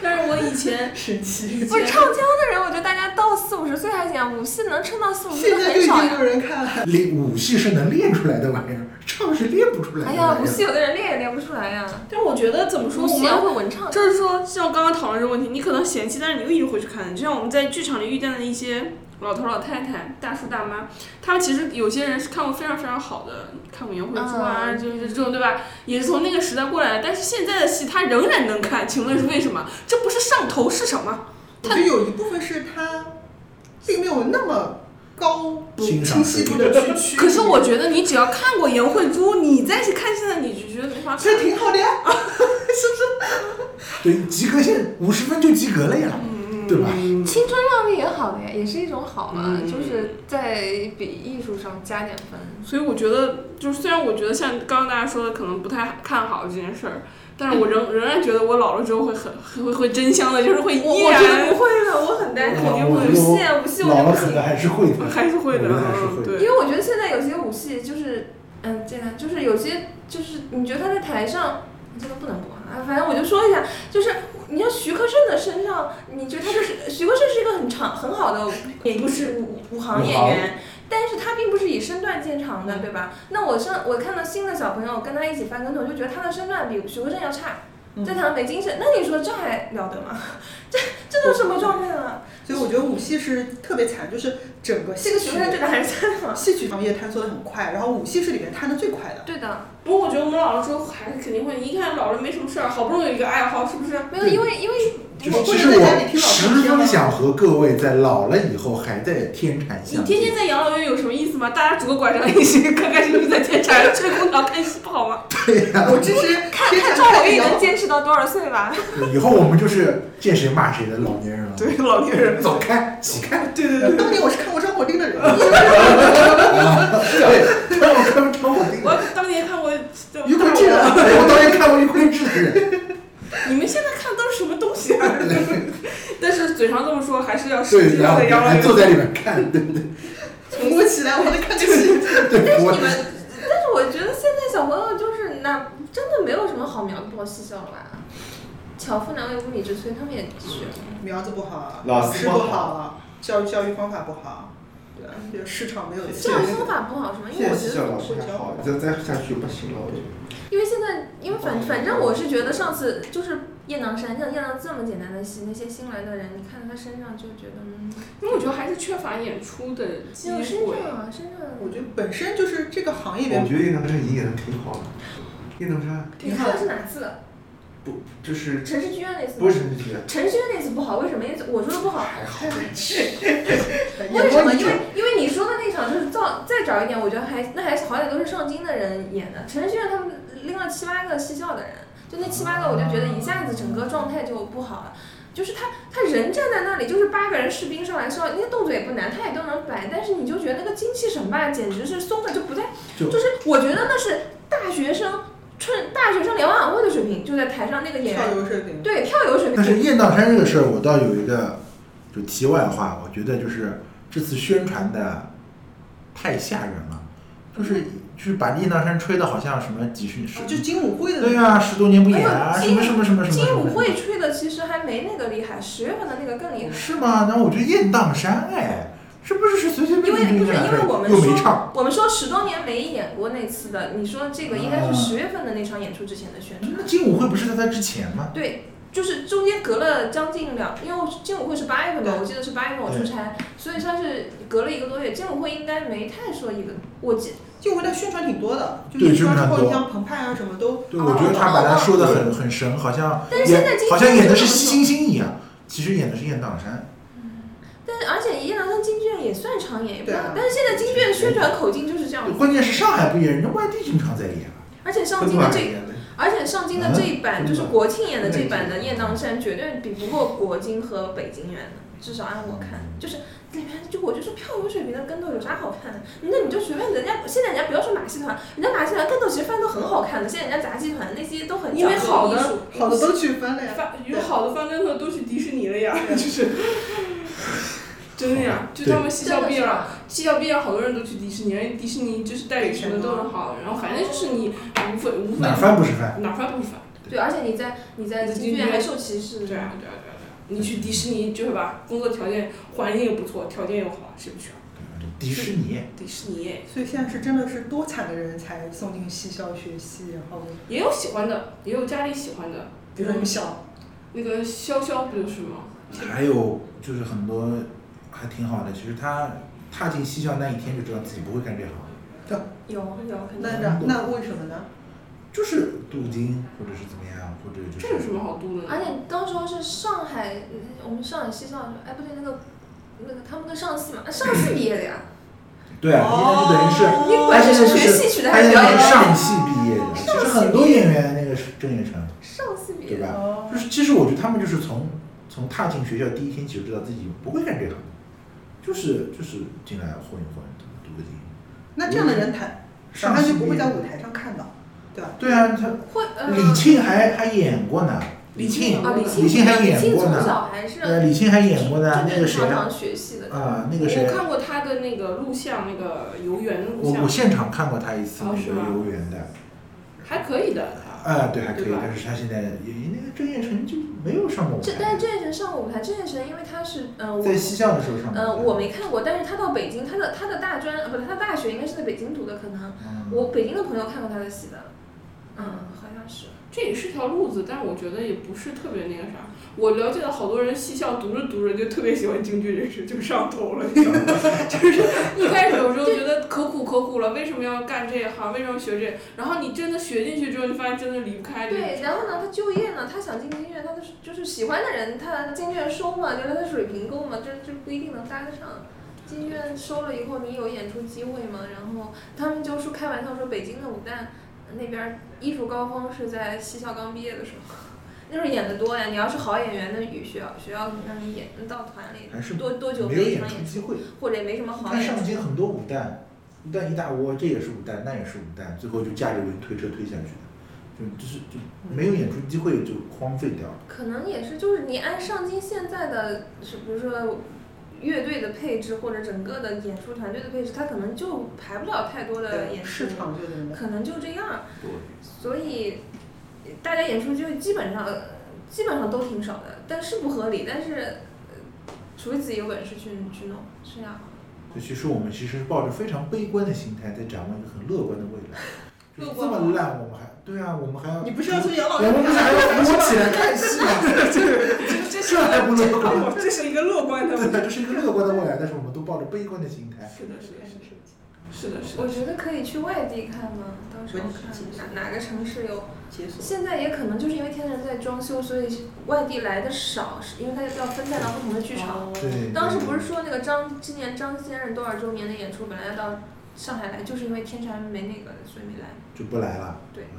A: 但是我以前
D: 神奇。
G: 不是唱腔的人，我觉得大家到四五十岁还行，五戏能撑到四五十岁
D: 现在就
G: 很
D: 已
G: 少
D: 经没
G: 呀。
D: 有人看了。
E: 练武戏是能练出来的玩意儿，唱是练不出来的玩
G: 哎
E: 意
G: 呀，
E: 儿。
G: 武戏有的人练也练不出来呀。
A: 但我觉得怎么说，
G: 武
A: 我
G: 戏
A: 们
G: 要会文唱，
A: 就是说，像刚刚讨论这个问题，你可能嫌弃，但是你又一直会去看。就像我们在剧场里遇见的一些老头老太太、大叔大妈，他们其实有些人是看过非常非常好的，看过《颜回珠》啊，
G: 嗯
A: 就是这种对吧？也是从那个时代过来的。但是现在的戏他仍然能看，请问是为什么？这不是上头是什么？
D: 我觉得有一部分是他并没有那么高
E: 欣赏
D: 清晰度的去 区。
A: 可是我觉得你只要看过《颜回珠》，你再去看现在，你就觉得没法看
D: 这。挺好的呀。
E: 对，及格线五十分就及格了呀，对吧？
G: 青春靓丽也好的呀，也是一种好嘛，
A: 嗯
G: 就是在比艺术上加点分。
A: 所以我觉得，就是虽然我觉得像刚刚大家说的可能不太看好这件事儿，但是我仍仍然觉得我老了之后会很会会会真香的，就是会
G: 我
A: 依
G: 我觉得
A: 然
G: 不会的，我很担心。
A: 肯定会
E: 我
A: 有
E: 觉得
G: 戏啊武戏我
E: 老
G: 就
E: 了
G: 不
E: 可
G: 行
E: 能还是会的。
A: 还是会的，
E: 我觉得还是
A: 嗯
E: 会的
G: 因
A: 对。
G: 为我觉得现在有些武戏就是，嗯，这样就是有些就是你觉得他在台上，这个不能播啊，反正我就说一下，就是你像徐克胜的身上，你觉得他就是徐克胜是一个很长很好的演不是武武行嗯演员。但是他并不是以身段见长的，对吧？那我上我看到新的小朋友跟他一起翻跟头，就觉得他的身段比徐克胜要差，在台上没精神。那你说这还了得吗？这这都什么状态啊？
D: 所以我觉得舞戏是特别惨，就是整个
G: 这
D: 戏
G: 个徐克胜这
D: 曲
G: 个还是在吗？
D: 戏曲行业坍缩的很快，然后舞戏是里面坍的最快 的。
G: 对的，
A: 不过我觉得我们老了之后还是肯定会，你一看老了没什么事儿，好不容易有一个爱好，是不是？
G: 没有，因为因为
E: 就是其实我十分想和各位在老了以后还在天禅
A: 你
E: 相
A: 天天
E: 见。
A: 在养老院有什么意思吗？大家拄个拐杖一起 开开心心在天台吹空调看戏不好吗？
E: 对呀、
D: 我支持天
G: 看
D: 天
G: 赵
D: 看
G: 宝玉
D: 摇
G: 能坚持到多少岁吧？
E: 以后我们就是见谁骂谁的老年人了。
D: 对老年人。
E: 走开，起 开。
D: 对对对， 当年我是看过张火丁的人，
E: 啊对， 看我看张火丁，
A: 我当年看过，就
E: 于魁智的，哎我当年看过于魁智的人。
A: 你们现在看都是什么东西 啊？但是嘴上这么说，还是要实
E: 对，
A: 际
E: 然
A: 上
E: 后
A: 在
E: 你
A: 养老
E: 还
A: 院。
E: 坐在里面看，对不对？
D: 我起来我能看个戏。
E: 对，我
G: 你们，但是我觉得现在小朋友就是那真的没有什么好苗子报戏校了吧？巧妇难为无米之炊，他们也学了。
D: 苗子不好，啊
C: 老师
D: 师
C: 不
D: 不
C: 好
D: 好，啊教育教育方法不好，对啊，这个市场没有
C: 是
G: 教育方法不好是吗？因
C: 现
G: 为
C: 在
G: 我
C: 戏
G: 觉得，
C: 校老师还好，再再下去不行了，我觉得。
G: 因为现在，因为反反正我是觉得上次就是雁荡山，像雁荡这么简单的戏，那些新来的人，你看他身上就觉得，嗯，
A: 因为我觉得还是缺乏演出的机
G: 有身
A: 会。
G: 上啊，身上。
D: 我觉得本身就是这个行业里
C: 我
D: 面，
C: 觉得叶能山已经演的挺好了，叶能山
G: 你看的是哪次？
C: 不就是
G: 城市剧院那次吗？
C: 不是陈志杰，
G: 城市剧院那次不好，为什么？那次我说的不好，
C: 还好吧，
G: 为什么？因为因为你说的那场就是造再找一点，我觉得还那还是好歹都是上京的人演的，陈奕迅他们拎了七八个戏校的人，就那七八个，我就觉得一下子整个状态就不好了。就是他，他人站在那里，就是八个人士兵上来上，那些动作也不难，他也都能摆，但是你就觉得那个精气神吧，简直是松的就不在，
E: 就
G: 就是我觉得那是大学生春大学生联欢晚会的水平，就在台上那个演
D: 跳
G: 员
D: 油水平，
G: 对跳油水
E: 但是
G: 平，
E: 雁荡山这个事儿，我倒有一个就题外话，我觉得就是这次宣传的太吓人了，就是就是把雁荡山吹的好像什么几十
D: 就
E: 十，
D: 金舞会的那
E: 对
D: 种
E: 呀、十多年不演啊，
G: 哎呦
E: 什么什么什么什么什
G: 金
E: 么
G: 舞
E: 什么
G: 会吹的其实还没那个厉害，十月份的那个更厉害。
E: 是吗？然后我觉得雁荡山哎，是不是是随随
G: 因
E: 便
G: 为
E: 便
G: 不
E: 就是能
G: 因为我们
E: 又没唱，
G: 说我们说十多年没演过那次的，你说这个应该
E: 啊
G: 是十月份的那场演出之前的宣传，
E: 那金舞会不是在他之前吗？
G: 对，就是中间隔了将近两，因为金舞会是八月份吧，我记得是八月份我出差，所以算是隔了一个多月，金舞会应该没太说一个，我记
D: 金舞会它宣传挺多的，就
E: 对
D: 演出完之
E: 宣传
D: 后，
E: 多
D: 你像澎湃啊什么都，
E: 对，
G: 哦
E: 我觉得他把他说的很很神，好像
G: 但是现
E: 演
G: 在金
E: 好像
G: 曲
E: 演的
G: 就是这么
E: 星星一样，其实演的是雁荡山。
G: 但是而且叶良跟金卷也算常演，也不
D: 对啊
G: 但是现在金卷宣传口径就是这样子，
E: 关键是上海不演，人家外地经常在演啊。
G: 而且上
C: 分
G: 京的
C: 段
G: 这
C: 演的。
G: 而且上京的这一版、
E: 嗯
G: 就是国庆演的这一版的《雁荡山》，绝对比不过国京和北京演的，至少按我看，就是里面就我就说票友水平的跟斗有啥好看的？那你就随便人家，现在人家不要说马戏团，人家马戏团跟斗其实翻都很好看的，现在人家杂技团那些都很
A: 因为
G: 讲究
A: 好的
G: 艺术
D: 好的都去啊翻了呀。
A: 翻有好的翻跟头都去迪士尼了呀，就是。真的呀，就
E: 对
A: 他们戏校毕业
G: 真的是
A: 了，戏校毕业啊好多人都去迪士尼，人家迪士尼就是待遇什么都很好，然后反正就是你无非无
G: 嗯
A: 非
E: 哪翻不是翻？
A: 哪翻不翻，
G: 对，而且你在你在
A: 对
G: 京剧院还受歧视，
A: 对啊对啊对啊对啊，你去迪士尼就是吧，工作条件环境又不错，条件又好，谁不去啊？
E: 迪士尼，
A: 迪士尼
D: 所以现在是真的是多产的人才送进戏校学戏，然后
A: 也有喜欢的，也有家里喜欢的，
D: 比如说你们小
A: 那个潇潇不就是吗？
E: 还有就是很多还挺好的。其实他踏进戏校那一天就知道自己不会干这行，
G: 有有肯定
D: 那那那为什么呢？
E: 就是镀金或者是怎么样，或者就
A: 这有什
E: 是
A: 么好嘟的
G: 而
A: 呢？
G: 且当时候是上海，嗯我们上海西校，哎不对，那个那个他们跟上戏嘛，上戏毕业的呀，
E: 对啊，那就等于是。
G: 你
D: 哦
E: 他
G: 管
E: 现
G: 是
E: 在就
G: 学
E: 是
G: 戏曲的
E: 他
G: 还
E: 现
G: 是表
E: 在
G: 演
E: 是
G: 的？
E: 上戏毕业的，其实很多演员那个是郑业成，
G: 上戏毕业
E: 对
G: 的。
E: 吧？
D: 哦，
E: 就是其实我觉得他们就是从从踏进学校第一天起就知道自己不会干这行，就是就是进来混一混，镀个金。
D: 那这样的人台
E: 嗯上
D: 他
E: 戏
D: 就不
E: 毕
D: 会
E: 业
D: 在舞台上看到，对吧？
E: 对啊，他
G: 会呃，
E: 李沁还还演过呢，李沁，
G: 啊，李沁，
E: 李沁还
G: 李
E: 演
G: 沁
E: 过
G: 从
E: 呢，
G: 小还是
E: 对，李沁还演过呢，那个谁
G: 常
E: 啊
G: 常，学戏的。
E: 啊，那个谁
A: 我，看过他的那个录像，那个游园的录
E: 我我
A: 像，
E: 现场看过他一次
A: 哦
E: 那
A: 是
E: 个
A: 吗
E: 游园的，
A: 还可以的。他
E: 啊，对，还可以
A: 对吧，
E: 但是他现在也那个郑业成就没有上过舞
G: 这但
E: 台
G: 是，郑业成上过舞台，郑业成因为他是呃我
E: 在西校的时候上过舞台，
G: 呃我没看过，但是他到北京，他的他的大专呃不他的大学应该是在北京读的，可能
E: 嗯
G: 我北京的朋友看过他的戏的。嗯，好像是。
A: 这也是条路子，但我觉得也不是特别那个啥。我了解的好多人戏校读着读着就特别喜欢京剧人士，就上头了，你知道吗？ 就是一开始有时候觉得可苦可苦了，为什么要干这一行？为什么要学这？然后你真的学进去之后，你发现真的离不开这个。
G: 对，然后呢，他就业呢，他想进京剧院，他的就是喜欢的人，他京剧院收嘛，就是他水平够嘛，这这不一定能搭得上。京剧院收了以后，你有演出机会吗？然后他们就说开玩笑说，北京的武旦那边儿艺术高峰是在戏校刚毕业的时候，那时候演的多呀。你要是好演员，那语学校学校让你演到团里
E: 还是
G: 多多久
E: 没有
G: 没什
E: 演
G: 么
E: 出
G: 演，
E: 机会。
G: 或者也没什么好
E: 看
G: 演
E: 上。京很多武旦，武旦一大窝，这也是武旦，那也是武旦，最后就架着轮推车推下去的，就就是就嗯
D: 嗯
E: 没有演出机会就荒废掉了。
G: 可能也是，就是你按上京现在的，是比如说乐队的配置或者整个的演出团队的配置，它可能就排不了太多的演出
D: 市，场就 这样。
G: 可能就这样。
E: 对，
G: 所以大家演出就基本上基本上都挺少的，但是不合理，但是呃除非自己有本事去去弄，是这样。
E: 就其实我们其实抱着非常悲观的心态在展望一个很乐观的未来。就是这么烂，我们还对啊，我们还要
D: 你不是要去养老
E: 我
D: 院
E: 们不是还要扶起来看戏吗？
A: 这
E: 这还不 乐观？
A: 这是一个乐观的
E: 对，啊这是一个乐观的未来，但是我们都抱着悲观的心态。
A: 是的，是的，是的，是的，是
G: 我
A: 的。
G: 觉得可以去外地看嘛，到时候看哪哪个城市有
D: 解锁？
G: 现在也可能就是因为天然在装修，所以外地来的少，是因为它要分散到不同的剧场。
E: 对，
G: 当时不是说那个张今年张先生多少周年的演出本来要到上海来，就是因为天蟾没那个，所以没来。
E: 就不来了。
G: 对
E: 哎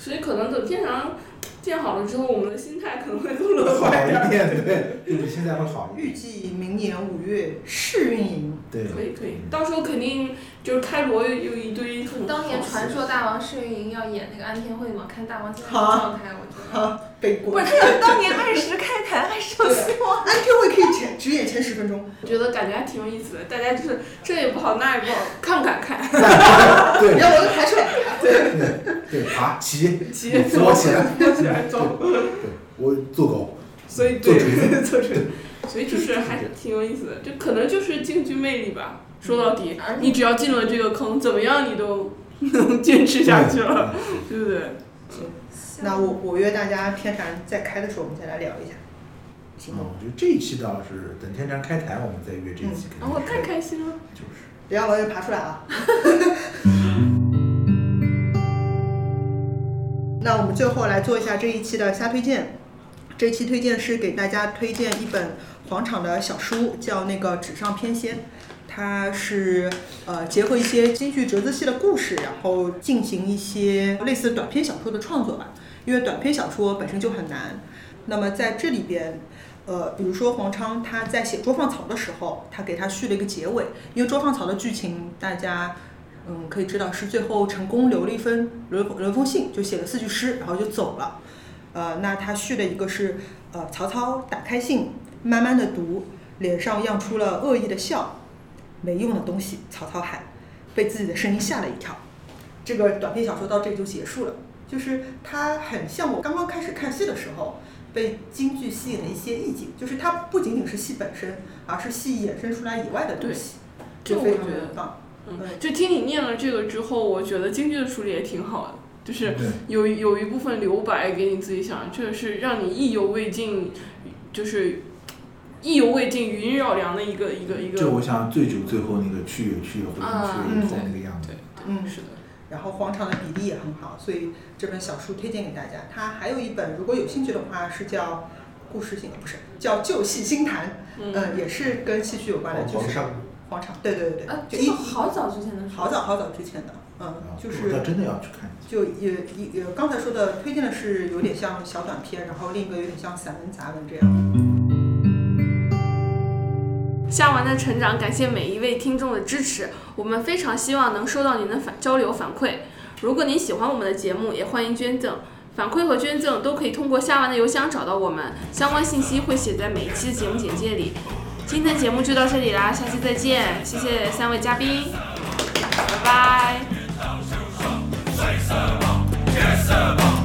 A: 所以可能等天长建好了之后，我们的心态可能会更
E: 呦
A: 乐
E: 好
A: 观一点。
E: 一点，对，就比现在会好一
D: 预
E: 点。
D: 计明年五月试运营，
E: 对，
A: 可以可以，到时候肯定就是开罗又又一堆很
G: 当年
A: 好戏
G: 传说大王释云莹要演那个安天会嘛，看大王现在的
D: 好
G: 状态，我觉得。
D: 啊，背
G: 不
D: 锅
G: 是，。他 有当年按时开台，还是有希望。
D: 安天会可以前只演前十分钟，
A: 我觉得感觉还挺有意思的，大家就是这也不好那也不好， 看不敢看，
E: 嗯对
D: 然后我就排出 来。
E: 对，爬起，
A: 急
E: 扶起来。
A: 坐 起来走，
E: 对，我做狗。
A: 所以
E: 做
A: 对
E: 主 人
A: 做主人，所以就是还挺有意思的，这可能就是京剧魅力吧。说到底，
G: 而且
A: 你只要进了这个坑，怎么样你都能坚持下去了，
E: 嗯
A: 对不对？
D: 那我我约大家天坛再开的时候，我们再来聊一下。行
E: 嗯，
D: 吗？
E: 我觉得这一期倒是等天山开台，我们再约这一期。
A: 然后太开心了。
E: 就是。
D: 别让老岳爬出来啊！ 那我们最后来做一下这一期的瞎推荐。这一期推荐是给大家推荐一本黄场的小书，叫那个《纸上偏仙》，它是呃结合一些京剧折子戏的故事，然后进行一些类似短篇小说的创作吧。因为短篇小说本身就很难，那么在这里边，呃，比如说黄昌他在写《捉放曹》的时候，他给他续了一个结尾，因为《捉放曹》的剧情大家。嗯，可以知道是最后成功留了一封留留一封信，就写了四句诗，然后就走了。呃，那他续的一个是，呃，曹操打开信，慢慢的读，脸上漾出了恶意的笑，没用的东西，曹操喊，被自己的声音吓了一跳。这个短篇小说到这里就结束了，就是它很像我刚刚开始看戏的时候被京剧吸引的一些意境，就是它不仅仅是戏本身，而是戏衍生出来以外的东西，
A: 对
D: 就
A: 这我
D: 非常
A: 觉得
D: 的棒。
A: 嗯
D: 对，
A: 就听你念了这个之后，我觉得京剧的处理也挺好的，就是
E: 对
A: 有有一部分留白给你自己想，这是让你意犹未尽，就是意犹未尽、余音绕梁的一个一个一
E: 就我
A: 个。
E: 想醉酒最后那个去也去也回
A: 啊
E: 不去也
D: 嗯
E: 痛那个样子
A: 对，，
D: 嗯
A: 对，是的，
D: 然后黄场的比例也很好，所以这本小书推荐给大家。它还有一本，如果有兴趣的话，是叫《故事性的》，不是叫《旧戏新谈》，嗯、
A: 嗯，
D: 也是跟戏剧有关的，就
C: 皇
D: 是
C: 上
D: 黄场，对对对对
G: 啊，，
D: 就
G: 这
D: 一
G: 个好早之前的事。
D: 好早好早之前的，嗯
E: 啊，
D: 就
E: 我倒
D: 是
E: 真的要去看一下。
D: 就也也也刚才说的推荐的是有点像小短篇，然后另一个有点像散文杂文这样。
A: 夏娃的成长，感谢每一位听众的支持，我们非常希望能收到您的反交流反馈。如果您喜欢我们的节目，也欢迎捐赠。反馈和捐赠都可以通过夏娃的邮箱找到我们，相关信息会写在每一期的节目简介里。今天的节目就到这里啦，下期再见！谢谢三位嘉宾，拜拜。
H: 夜色望，